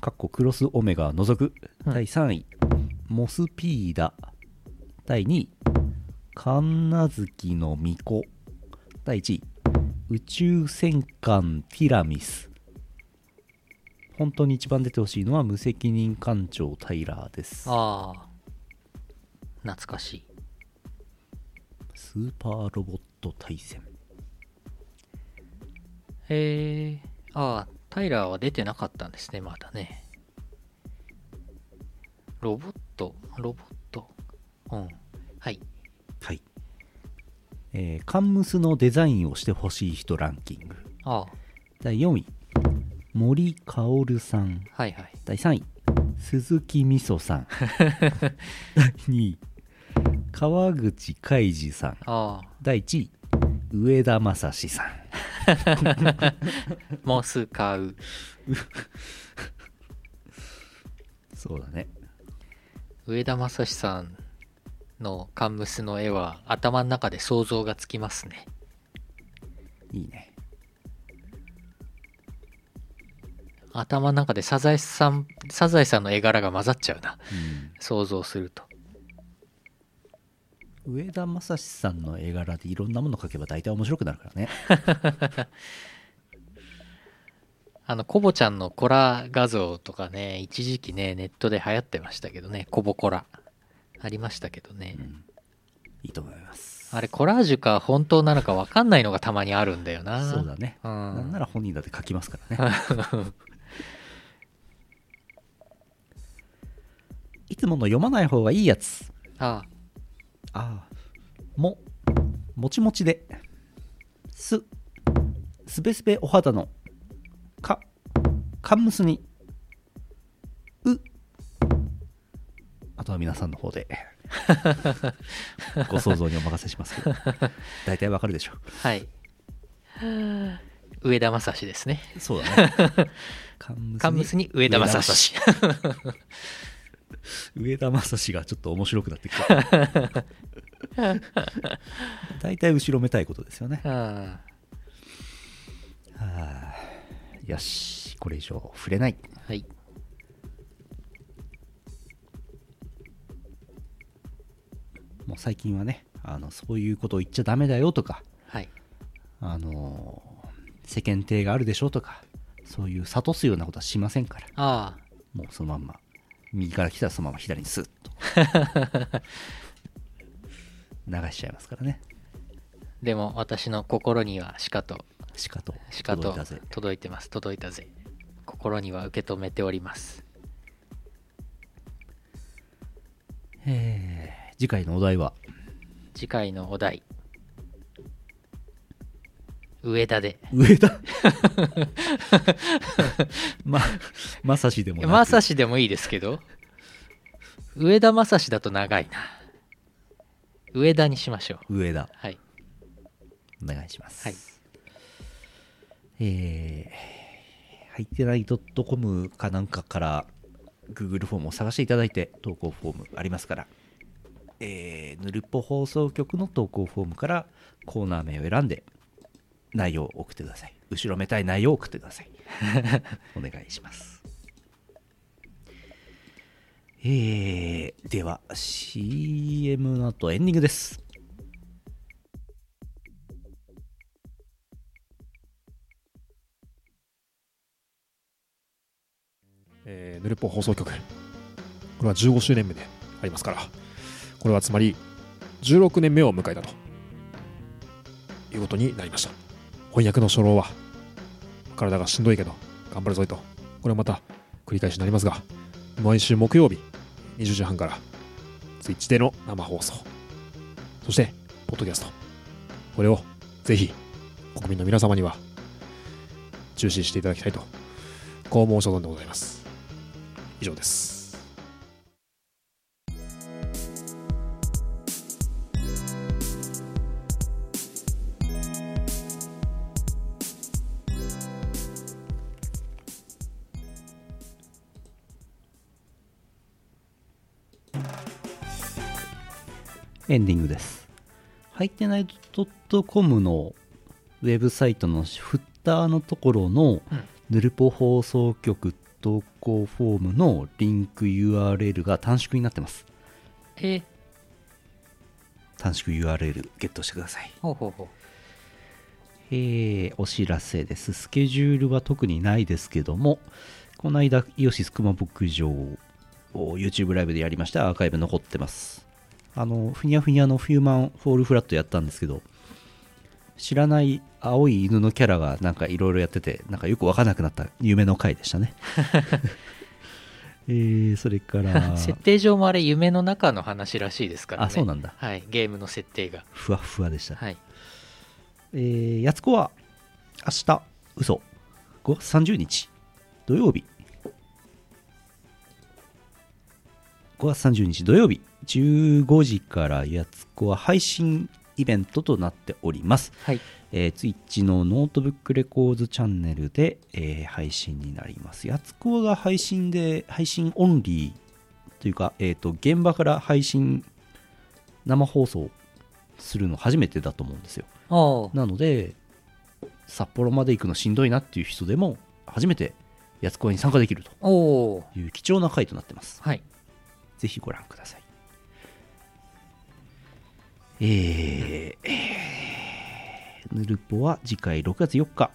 Speaker 2: かっこクロスオメガを除く、
Speaker 1: うん
Speaker 2: 第3位モスピーダ第2位神奈月の巫女第1位宇宙戦艦ティラミス本当に一番出てほしいのは無責任艦長タイラーです
Speaker 1: ああ懐かしい
Speaker 2: スーパーロボット対戦
Speaker 1: へえああタイラーは出てなかったんですねまだねロボットロボットうんはい
Speaker 2: はい、えー、カンムスのデザインをしてほしい人ランキング
Speaker 1: ああ
Speaker 2: 第4位森かおるさん
Speaker 1: はいはい
Speaker 2: 第3位鈴木みそ さん第2位川口海二さん
Speaker 1: あ
Speaker 2: 第1位上田正史さん
Speaker 1: あモスカウ
Speaker 2: そうだね
Speaker 1: 上田正史さんのカンムスの絵は頭の中で想像がつきますね
Speaker 2: いいね
Speaker 1: 頭の中でサザエさんサザエさんの絵柄が混ざっちゃうな想像すると
Speaker 2: うん上田正史さんの絵柄でいろんなもの描けば大体面白くなるからね
Speaker 1: あのコボちゃんのコラ画像とかね一時期ねネットで流行ってましたけどねコボコラありましたけどね、
Speaker 2: いいと思います
Speaker 1: あれコラージュか本当なのか分かんないのがたまにあるんだよな
Speaker 2: そうだね。
Speaker 1: う
Speaker 2: なんんなら本人だって書きますからね。 いつもの読まない方がいいやつ。
Speaker 1: ああ
Speaker 2: ああ。も、もちもちで。す、すべすべお肌の。か、かんむすに。う。あとは皆さんの方 で。ご想像にお任せしますけ ど。大体わかるでしょう。
Speaker 1: はい上田正史ですね
Speaker 2: そうだね。
Speaker 1: カンムスに上田正
Speaker 2: 史。
Speaker 1: 史
Speaker 2: 上田正史がちょっと面白くなってきた。 大体後ろめたいことですよね。
Speaker 1: うん
Speaker 2: はあよし、これ以上触れない。
Speaker 1: はい
Speaker 2: もう最近はね、あのそういうことを言っちゃダメだよとか、
Speaker 1: はい
Speaker 2: あの世間体があるでしょうとか、そういう諭すようなことはしませんから、
Speaker 1: ああ
Speaker 2: もうそのまんま、右から来たらそのまま左にスッと。 流しちゃいますからね。
Speaker 1: でも私の心にはしかと
Speaker 2: しかと。
Speaker 1: しかと
Speaker 2: 届いたぜ
Speaker 1: 届いてます届いたぜ心には受け止めております
Speaker 2: えー次回のお題は、
Speaker 1: 次回のお題上田で
Speaker 2: 上田 ま、まさしでもなく
Speaker 1: 正史でもいいですけど上田正史だと長いな上田にしましょう
Speaker 2: 上田、
Speaker 1: はい
Speaker 2: お願いします。
Speaker 1: はい
Speaker 2: えー、はいてない .com かなんかから Google フォームを探していただいて投稿フォームありますから、えー、ぬるっぽ放送局の投稿フォームからコーナー名を選んで内容を送ってください。後ろめたい内容を送ってください。 お願いします。えー、では CM の後エンディングです。
Speaker 3: えーヌルポ放送局これは15周年目でありますからこれはつまり16年目を迎えたということになりました翻訳の初老は体がしんどいけど頑張るぞいとこれまた繰り返しになりますが毎週木曜日20時半から Twitch での生放送そしてポッドキャストこれをぜひ国民の皆様には注視していただきたいとこう申し望んでございます以上です
Speaker 2: エンディングです。はいてない .com のウェブサイトのフッターのところの
Speaker 1: うん
Speaker 2: ぬるぽ放送局投稿フォームのリンク URL が短縮になってます。
Speaker 1: えー
Speaker 2: 短縮 URL ゲットしてください。
Speaker 1: ほうほうほう
Speaker 2: えーお知らせです。スケジュールは特にないですけども、この間、イオシスクマ牧場を YouTube ライブでやりましたアーカイブ残ってます。あの、ふにゃふにゃのフューマンフォールフラットやったんですけど、知らない青い犬のキャラがなんかいろいろやってて、なんかよくわからなくなった夢の回でしたね。えーそれから、
Speaker 1: 設定上 もあれ夢の中の話らしいですからね
Speaker 2: あそうなんだ
Speaker 1: はいゲームの設定が
Speaker 2: ふわっふわでした。
Speaker 1: はい
Speaker 2: えー、やつこは明日嘘5月30日土曜日5月30日土曜日15時からやつこは配信イベントとなっております、
Speaker 1: はい
Speaker 2: えー、Twitch のノートブックレコーズチャンネルで、えー配信になりますやつこが配信で配信オンリーというか、えー、と現場から配信生放送するの初めてだと思うんですよ
Speaker 1: おう
Speaker 2: なので札幌まで行くのしんどいなっていう人でも初めてやつこに参加できると
Speaker 1: おう
Speaker 2: いう貴重な回となってます
Speaker 1: はい
Speaker 2: ぜひご覧くださいえー、えーぬるぽは次回6月4日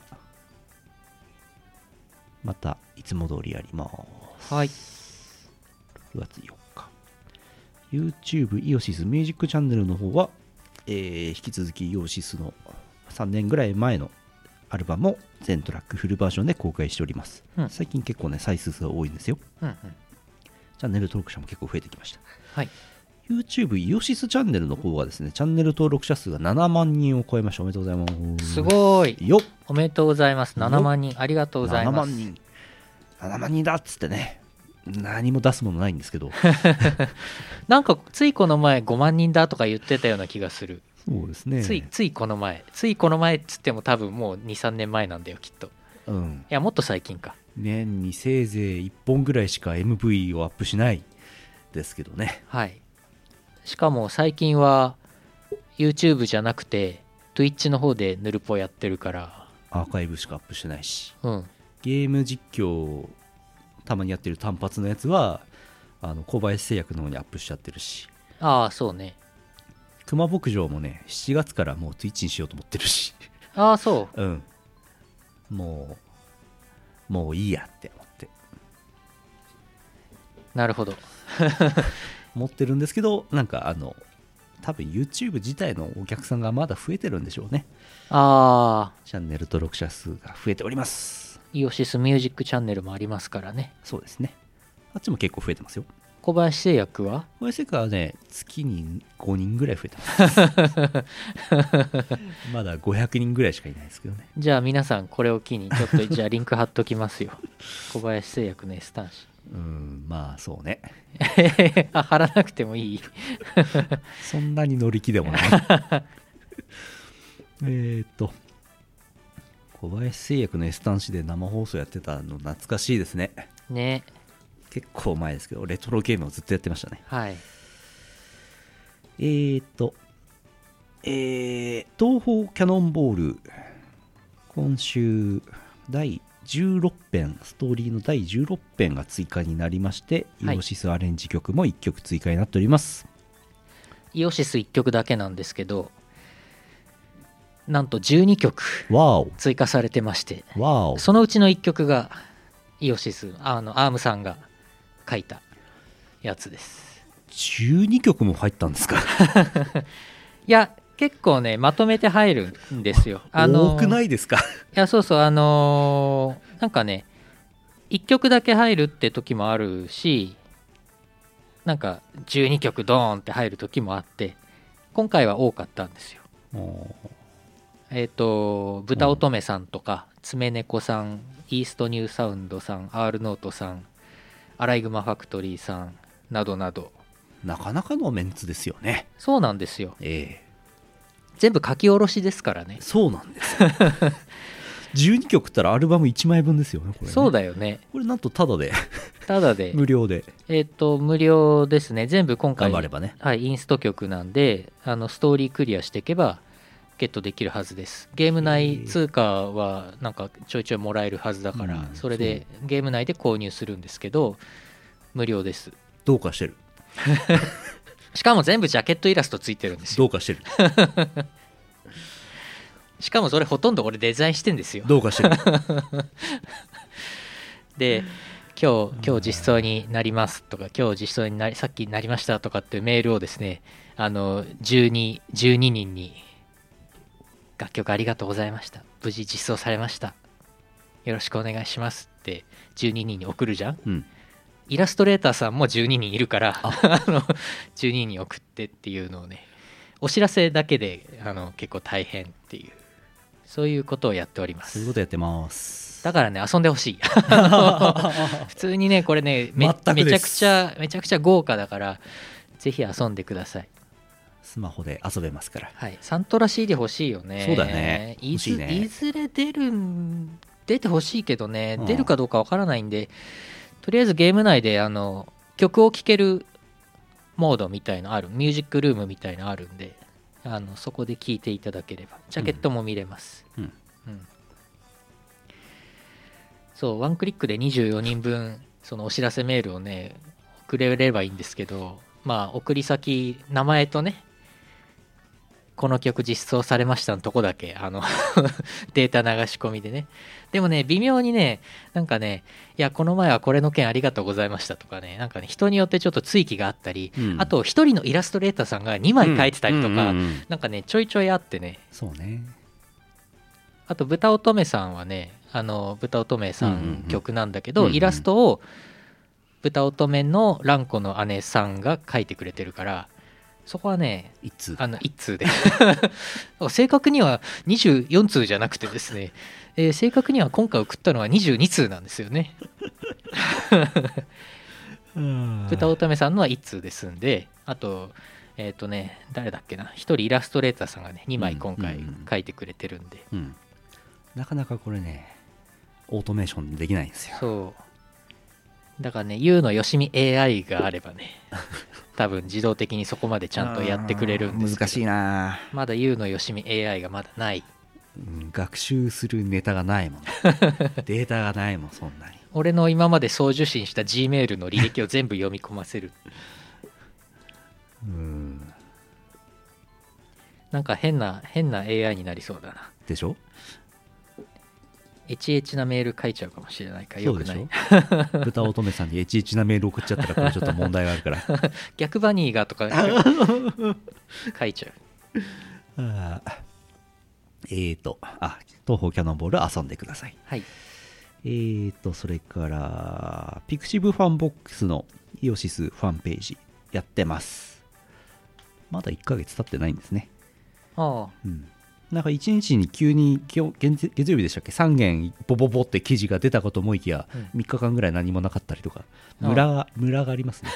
Speaker 2: またいつも通りやります
Speaker 1: はい
Speaker 2: 9月4日 YouTube イオシスミュージックチャンネルの方は、えー引き続きヨーシスの3年ぐらい前のアルバムを全トラックフルバージョンで公開しております、
Speaker 1: うん
Speaker 2: 最近結構ね再生数が多いんですよ
Speaker 1: うんうん
Speaker 2: チャンネル登録者も結構増えてきました
Speaker 1: はい
Speaker 2: YouTube イオシスチャンネルの方はですねチャンネル登録者数が7万人を超えましたおめでとうございます
Speaker 1: すごい
Speaker 2: よっ
Speaker 1: おめでとうございます7万人ありがとうござい
Speaker 2: 7
Speaker 1: ま
Speaker 2: 万
Speaker 1: す
Speaker 2: 人7万人だっつってね何も出すものないんで すけど
Speaker 1: なんかついこの前5万人だとか言ってたような気がする
Speaker 2: そうですね
Speaker 1: ついついこの前ついこの前っつっても多分もう23年前なんだよきっとい
Speaker 2: うん
Speaker 1: やもっと最近か
Speaker 2: 年にせいぜい1本ぐらいしか MV をアップしないですけどね
Speaker 1: はいしかも最近は YouTube じゃなくて Twitch の方でヌルポやってるから
Speaker 2: アーカイブしかアップしてないし
Speaker 1: うん
Speaker 2: ゲーム実況をたまにやってる単発のやつはあの小林製薬の方にアップしちゃってるし
Speaker 1: ああそうね
Speaker 2: 熊牧場もね7月からもう Twitch にしようと思ってるし
Speaker 1: ああそう
Speaker 2: うんもうもういいやって思って
Speaker 1: なるほど
Speaker 2: 思ってるんですけどなんかあの多分 YouTube 自体のお客さんがまだ増えてるんでしょうね
Speaker 1: ああ
Speaker 2: チャンネル登録者数が増えております
Speaker 1: イオシスミュージックチャンネルもありますからね
Speaker 2: そうですねあっちも結構増えてますよ
Speaker 1: 小林製薬は
Speaker 2: こういう世界はね月に5人ぐらい増えてますまだ500人ぐらいしかいないですけどね
Speaker 1: じゃあ皆さんこれを機にちょっと じゃあリンク貼っときますよ小林製薬の S 端
Speaker 2: うんまあそうね
Speaker 1: 子 あ貼らなくてもいい
Speaker 2: そんなに乗り気でもないえーっと小林製薬の S 端子で生放送やってたの懐かしいですね
Speaker 1: ね
Speaker 2: 結構前ですけどレトロゲームをずっとやってましたね
Speaker 1: はい
Speaker 2: えーっとえー、東方キャノンボール今週第16編ストーリーの第16編が追加になりまして、
Speaker 1: はい
Speaker 2: イオシスアレンジ曲も1曲追加になっております
Speaker 1: イオシス1曲だけなんですけどなんと12曲
Speaker 2: わー
Speaker 1: 追加されてまして
Speaker 2: おわーお
Speaker 1: そのうちの1曲がイオシスあのアームさんが書いたやつです
Speaker 2: 12曲も入ったんですか
Speaker 1: いや結構ねまとめて入るんですよあの
Speaker 2: 多くないですか
Speaker 1: いやそうそうあのーなんかね1曲だけ入るって時もあるしなんか12曲ドーンって入る時もあって今回は多かったんですよ
Speaker 2: も
Speaker 1: えっ、と豚乙女さんとか、爪猫さんイーストニューサウンドさん R ノートさんアライグマファクトリーさんなどなど
Speaker 2: うなかなかのメンツですよね
Speaker 1: そうなんですよ
Speaker 2: え
Speaker 1: 全部書き下ろしですからね
Speaker 2: えそうな んですよ12曲ったらアルバム1枚分ですよねこれね
Speaker 1: そうだよね
Speaker 2: これなんとタダで
Speaker 1: ただで
Speaker 2: 無料で
Speaker 1: えっ、と無料ですね全部今回
Speaker 2: 頑張ればね
Speaker 1: はい、インスト曲なんであのストーリークリアしていけばゲットできるはずですゲーム内通貨はなんかちょいちょいもらえるはずだから、
Speaker 2: うん
Speaker 1: それでゲーム内で購入するんですけど無料です
Speaker 2: どうかしてる
Speaker 1: しかも全部ジャケットイラストついてるんですよ
Speaker 2: どう かしてる
Speaker 1: しかもそれほとんど俺デザインしてんですよ
Speaker 2: どうかしてる
Speaker 1: で今日今日実装になりますとか今日実装になりさっきなりましたとかっていうメールをですねあの 12, 12人に楽曲ありがとうございました無事実装されましたよろしくお願いしますって12人に送るじゃん
Speaker 2: うん
Speaker 1: イラストレーターさんも12人いるからあの12人に送ってっていうのをねお知らせだけであの結構大変っていうそういうことをやっておりま
Speaker 2: そういう
Speaker 1: す
Speaker 2: ことやってます
Speaker 1: だからね遊んでほ しい あの普通にねこれねめ
Speaker 2: 全く
Speaker 1: めち
Speaker 2: で
Speaker 1: ゃく
Speaker 2: す
Speaker 1: ちゃめちゃくちゃ豪華だからぜひ遊んでください、
Speaker 2: スマホで遊べますから
Speaker 1: はい、サントラ CD 欲しいよね
Speaker 2: そうだね
Speaker 1: いず
Speaker 2: 欲しいね
Speaker 1: いずれ出るん出てほしいけどね、
Speaker 2: うん
Speaker 1: 出るかどうかわからないんでとりあえずゲーム内であの曲を聴けるモードみたいのあるミュージックルームみたいのあるんであのそこで聴いていただければジャケットも見れます、
Speaker 2: うん
Speaker 1: うんそうワンクリックで24人分そのお知らせメールをね送れればいいんですけどまあ送り先名前とねこの曲実装されましたのとこだけ、あの データ流し込みでね。でもね、微妙にね、なんかね、いや、この前はこれの件ありがとうございましたとかね、なんかね、人によってちょっと追記があったり、
Speaker 2: うん
Speaker 1: あと、一人のイラストレーターさんが2枚書いてたりとか、
Speaker 2: うんうんうん
Speaker 1: なんかね、ちょいちょいあってね、
Speaker 2: そうね
Speaker 1: あと豚乙女さんはねあの豚乙女さ
Speaker 2: うんうん
Speaker 1: ん
Speaker 2: うん
Speaker 1: 曲なんだけど、
Speaker 2: うんうん
Speaker 1: イラストを豚乙女の蘭子の姉さんが描いてくれてるからそこはね
Speaker 2: いつ
Speaker 1: あの1通で 正確には24通じゃなくてですね、 えー正確には今回送ったのは22通なんですよね豚
Speaker 2: 豚
Speaker 1: 乙女さんのは1通ですんであとえっ、とね誰だっけな1人イラストレーターさんがね2枚今
Speaker 2: う
Speaker 1: 回
Speaker 2: んうんうん
Speaker 1: 描いてくれてるんで、
Speaker 2: うんなかなかこれねオートメーションできないんですよ
Speaker 1: そうだからね YOU のよしみ AI があればね 多分自動的にそこまでちゃんとやってくれるんですけど
Speaker 2: 難しいな
Speaker 1: まだ YOU のよしみ AI がまだない
Speaker 2: うん学習するネタがな いもんデータがないもんそんなに
Speaker 1: 俺の今まで送受信した G メールの履歴を全部読み込ませる
Speaker 2: うん
Speaker 1: なんか変な変な AI になりそうだな
Speaker 2: でしょ
Speaker 1: エチエチなメール書いちゃうかもしれないから
Speaker 2: そ
Speaker 1: よ
Speaker 2: う
Speaker 1: く
Speaker 2: でし
Speaker 1: な
Speaker 2: ょ
Speaker 1: い
Speaker 2: 豚乙女さんにエチエチなメール送っちゃったらこれちょっと問題があ るから
Speaker 1: 逆バニーがとか 書いちゃう
Speaker 2: あーえーとあ東方キャノンボール遊んでください
Speaker 1: はい
Speaker 2: えーと、それから、ピクシブファンボックスのイオシスファンページやってます。まだ1ヶ月経ってないんですね。
Speaker 1: ああ
Speaker 2: うん。なんか1日に急に今日月月曜日でしたっけ3件ボボボって記事が出たかと思いきや、
Speaker 1: う
Speaker 2: 3日間ぐらい何もなかったりとか
Speaker 1: ああ
Speaker 2: ムラがムラがありますね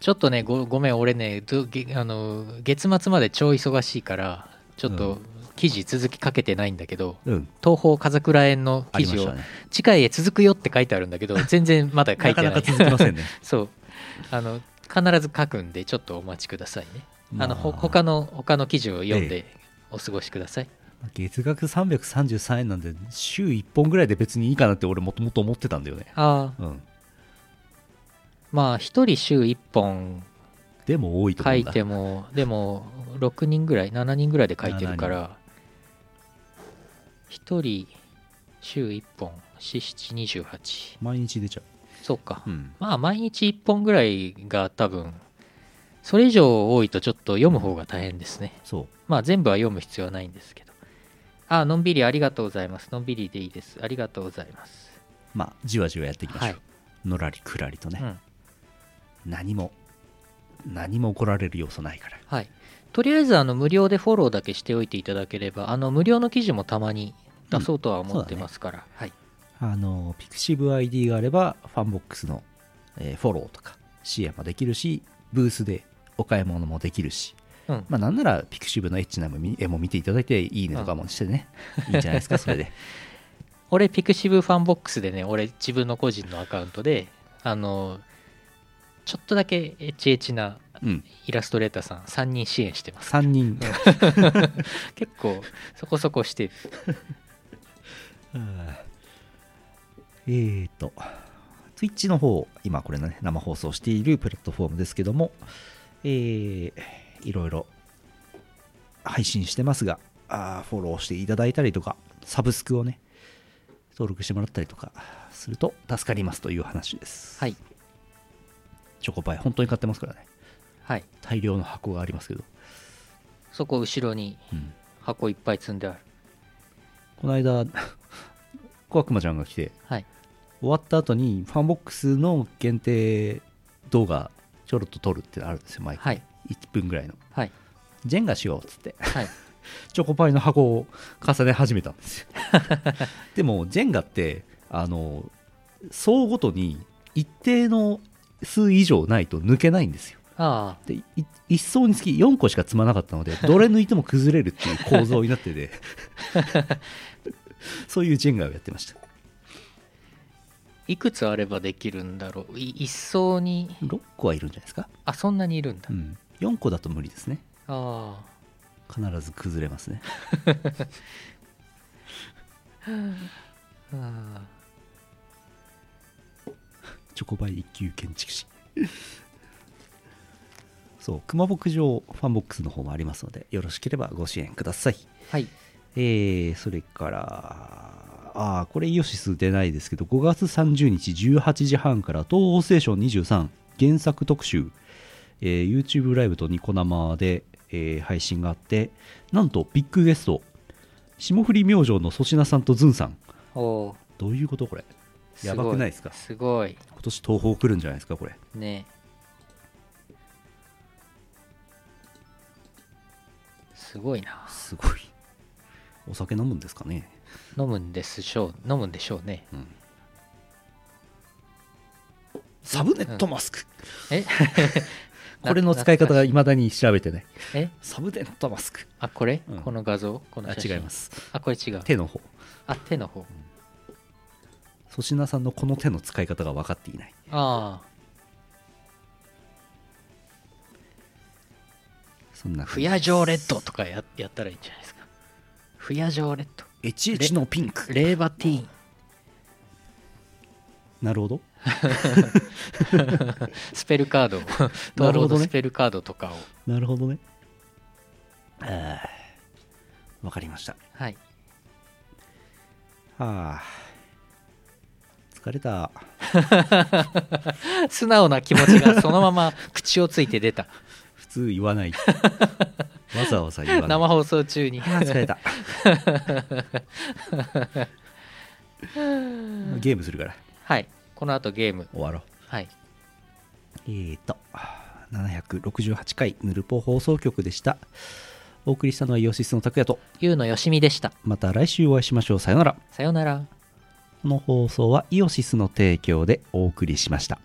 Speaker 1: ちょっとねごごめん俺ねどげあの月末まで超忙しいからちょっ
Speaker 2: う
Speaker 1: と
Speaker 2: ん
Speaker 1: 記事続きかけてないんだけど、
Speaker 2: うん
Speaker 1: 東方風倉園の
Speaker 2: あ
Speaker 1: 記
Speaker 2: りま
Speaker 1: 事
Speaker 2: し
Speaker 1: を、
Speaker 2: たね
Speaker 1: 次回へ続くよって書いてあるんだ けど全然まだ書いて
Speaker 2: なか
Speaker 1: ない
Speaker 2: なか続きませんね
Speaker 1: そうあの必ず書くんでちょっとお待ちくださいねあのほ
Speaker 2: まあ
Speaker 1: 他の他の記事を読んでお過ごしください、
Speaker 2: 月額333円なんで週1本ぐらいで別にいいかなって俺もともと思ってたんだよね
Speaker 1: ああ
Speaker 2: うん
Speaker 1: まあ一人週1本
Speaker 2: でも多いと
Speaker 1: 書
Speaker 2: 思うん
Speaker 1: い
Speaker 2: だ
Speaker 1: てもでも6人ぐらい7人ぐらいで書いてるから1人週1本4728
Speaker 2: 毎日出ちゃ
Speaker 1: そうか、
Speaker 2: ううん
Speaker 1: まあ毎日1本ぐらいが多分それ以上多いとちょっと読む方が大変ですね
Speaker 2: そう
Speaker 1: まあ全部は読む必要はないんですけどあのんびりありがとうございますのんびりでいいですありがとうございます
Speaker 2: まあ、じわじわやっていきましょう。
Speaker 1: はい
Speaker 2: のらりくらりとね、
Speaker 1: うん
Speaker 2: 何も、何も怒られる要素ないから。
Speaker 1: はいとりあえずあの無料でフォローだけしておいていただければあの無料の記事もたまに出そうとは思ってますから、はい
Speaker 2: あの、ピクシブ ID があれば、ファンボックスの、えーフォローとか、支援もできるし、ブースでお買い物もできるし、
Speaker 1: うん
Speaker 2: まあ、なんなら、ピクシブのエッチな絵も見ていただいて、いいねとかもしてね、いいんじゃないですか、それ で。
Speaker 1: 俺ピクシブファンボックスでね俺自分の個人のアカウントであのちょっとだけエッチエッチな
Speaker 2: うん。
Speaker 1: イラストレーターさん3人支援してます
Speaker 2: 3人。
Speaker 1: 結構そこそこしてる
Speaker 2: えーと、Twitch の方、今これね、生放送しているプラットフォームですけども、えーいろいろ配信してますが、あーフォローしていただいたりとか、サブスクをね、登録してもらったりとかすると助かりますという話です。
Speaker 1: はい
Speaker 2: チョコパイ、本当に買ってますからね。
Speaker 1: はい
Speaker 2: 大量の箱がありますけど。
Speaker 1: そこ後ろに
Speaker 2: うん
Speaker 1: 箱いっぱい積んである
Speaker 2: この間、 小悪魔ちゃんが来て、
Speaker 1: はい
Speaker 2: 終わった後にファンボックスの限定動画ちょろっと撮るってのあるんですよ毎回、
Speaker 1: はい
Speaker 2: 1分ぐらいの
Speaker 1: はい
Speaker 2: ジェンガしようっつって
Speaker 1: はい
Speaker 2: チョコパイの箱を重ね始めたんですよ でもジェンガってあの層ごとに一定の数以上ないと抜けないんですよ
Speaker 1: あ
Speaker 2: でい一層につき4個しか積まなかった のでどれ抜いても崩れるっていう構造になってて そういうジェンガをやってました
Speaker 1: あいくつあればできるんだろうい一層に
Speaker 2: 6個はいるんじゃないですか、
Speaker 1: あそんなにいるんだ、
Speaker 2: うん、4個だと無理ですね
Speaker 1: あ
Speaker 2: 必ず崩れますね
Speaker 1: あうん
Speaker 2: チョコバイ一級建築士 そう熊牧場ファンボックスの方もありますのでよろしければご支援ください
Speaker 1: はい
Speaker 2: えー、それから、あーこれイオシス出ないですけど、5月30日18時半から、東方ステーション23原作特集、えー YouTube ライブとニコ生で、えー配信があって、なんとビッグゲスト、霜降り明星の粗品さんとズンさん。
Speaker 1: おお
Speaker 2: どういうことこれ。
Speaker 1: ー
Speaker 2: やばくないですか
Speaker 1: すごい
Speaker 2: 今年東方来るんじゃないですか、これ。
Speaker 1: ねすごいな
Speaker 2: すごい。お酒飲むんですかね。
Speaker 1: 飲むんですしょう飲むんでしょうね
Speaker 2: サブネットマスク。
Speaker 1: え
Speaker 2: これの使い方
Speaker 1: な
Speaker 2: が
Speaker 1: 懐かし
Speaker 2: いまだに調べてない。
Speaker 1: え
Speaker 2: サブネットマスク。
Speaker 1: あこれ、
Speaker 2: うん
Speaker 1: この画像この
Speaker 2: あ、
Speaker 1: 写真
Speaker 2: 違います。
Speaker 1: あこれ違う
Speaker 2: 手の方。
Speaker 1: あ手の方
Speaker 2: 粗品さんのこの手の使い方が分かっていない
Speaker 1: あ
Speaker 2: そんな
Speaker 1: あフヤジョーレッドとかややったらいいんじゃないですかフヤジョーレッド
Speaker 2: エチエチのピンク
Speaker 1: レーバティーン
Speaker 2: なるほど
Speaker 1: スペルカー ドを
Speaker 2: な
Speaker 1: 東
Speaker 2: るほ
Speaker 1: 方
Speaker 2: ど
Speaker 1: の
Speaker 2: ね
Speaker 1: スペルカードとかを、
Speaker 2: なるほどねあ分かりました
Speaker 1: はい
Speaker 2: はあ疲れた
Speaker 1: 素直な気持ちがそのまま 口をついて出た
Speaker 2: 普通言 わないわざわざ言わない
Speaker 1: 生放送中 に
Speaker 2: あー疲れたゲームするから
Speaker 1: はいこの後ゲーム
Speaker 2: 終わろう
Speaker 1: はい
Speaker 2: えーと、768回ヌルポ放送局でした。お送りしたのはイオシスの拓也と、
Speaker 1: ゆうのよしみでした
Speaker 2: また来週お会いしましょう。さよなら。
Speaker 1: さようなら
Speaker 2: この放送はイオシスの提供でお送りしました。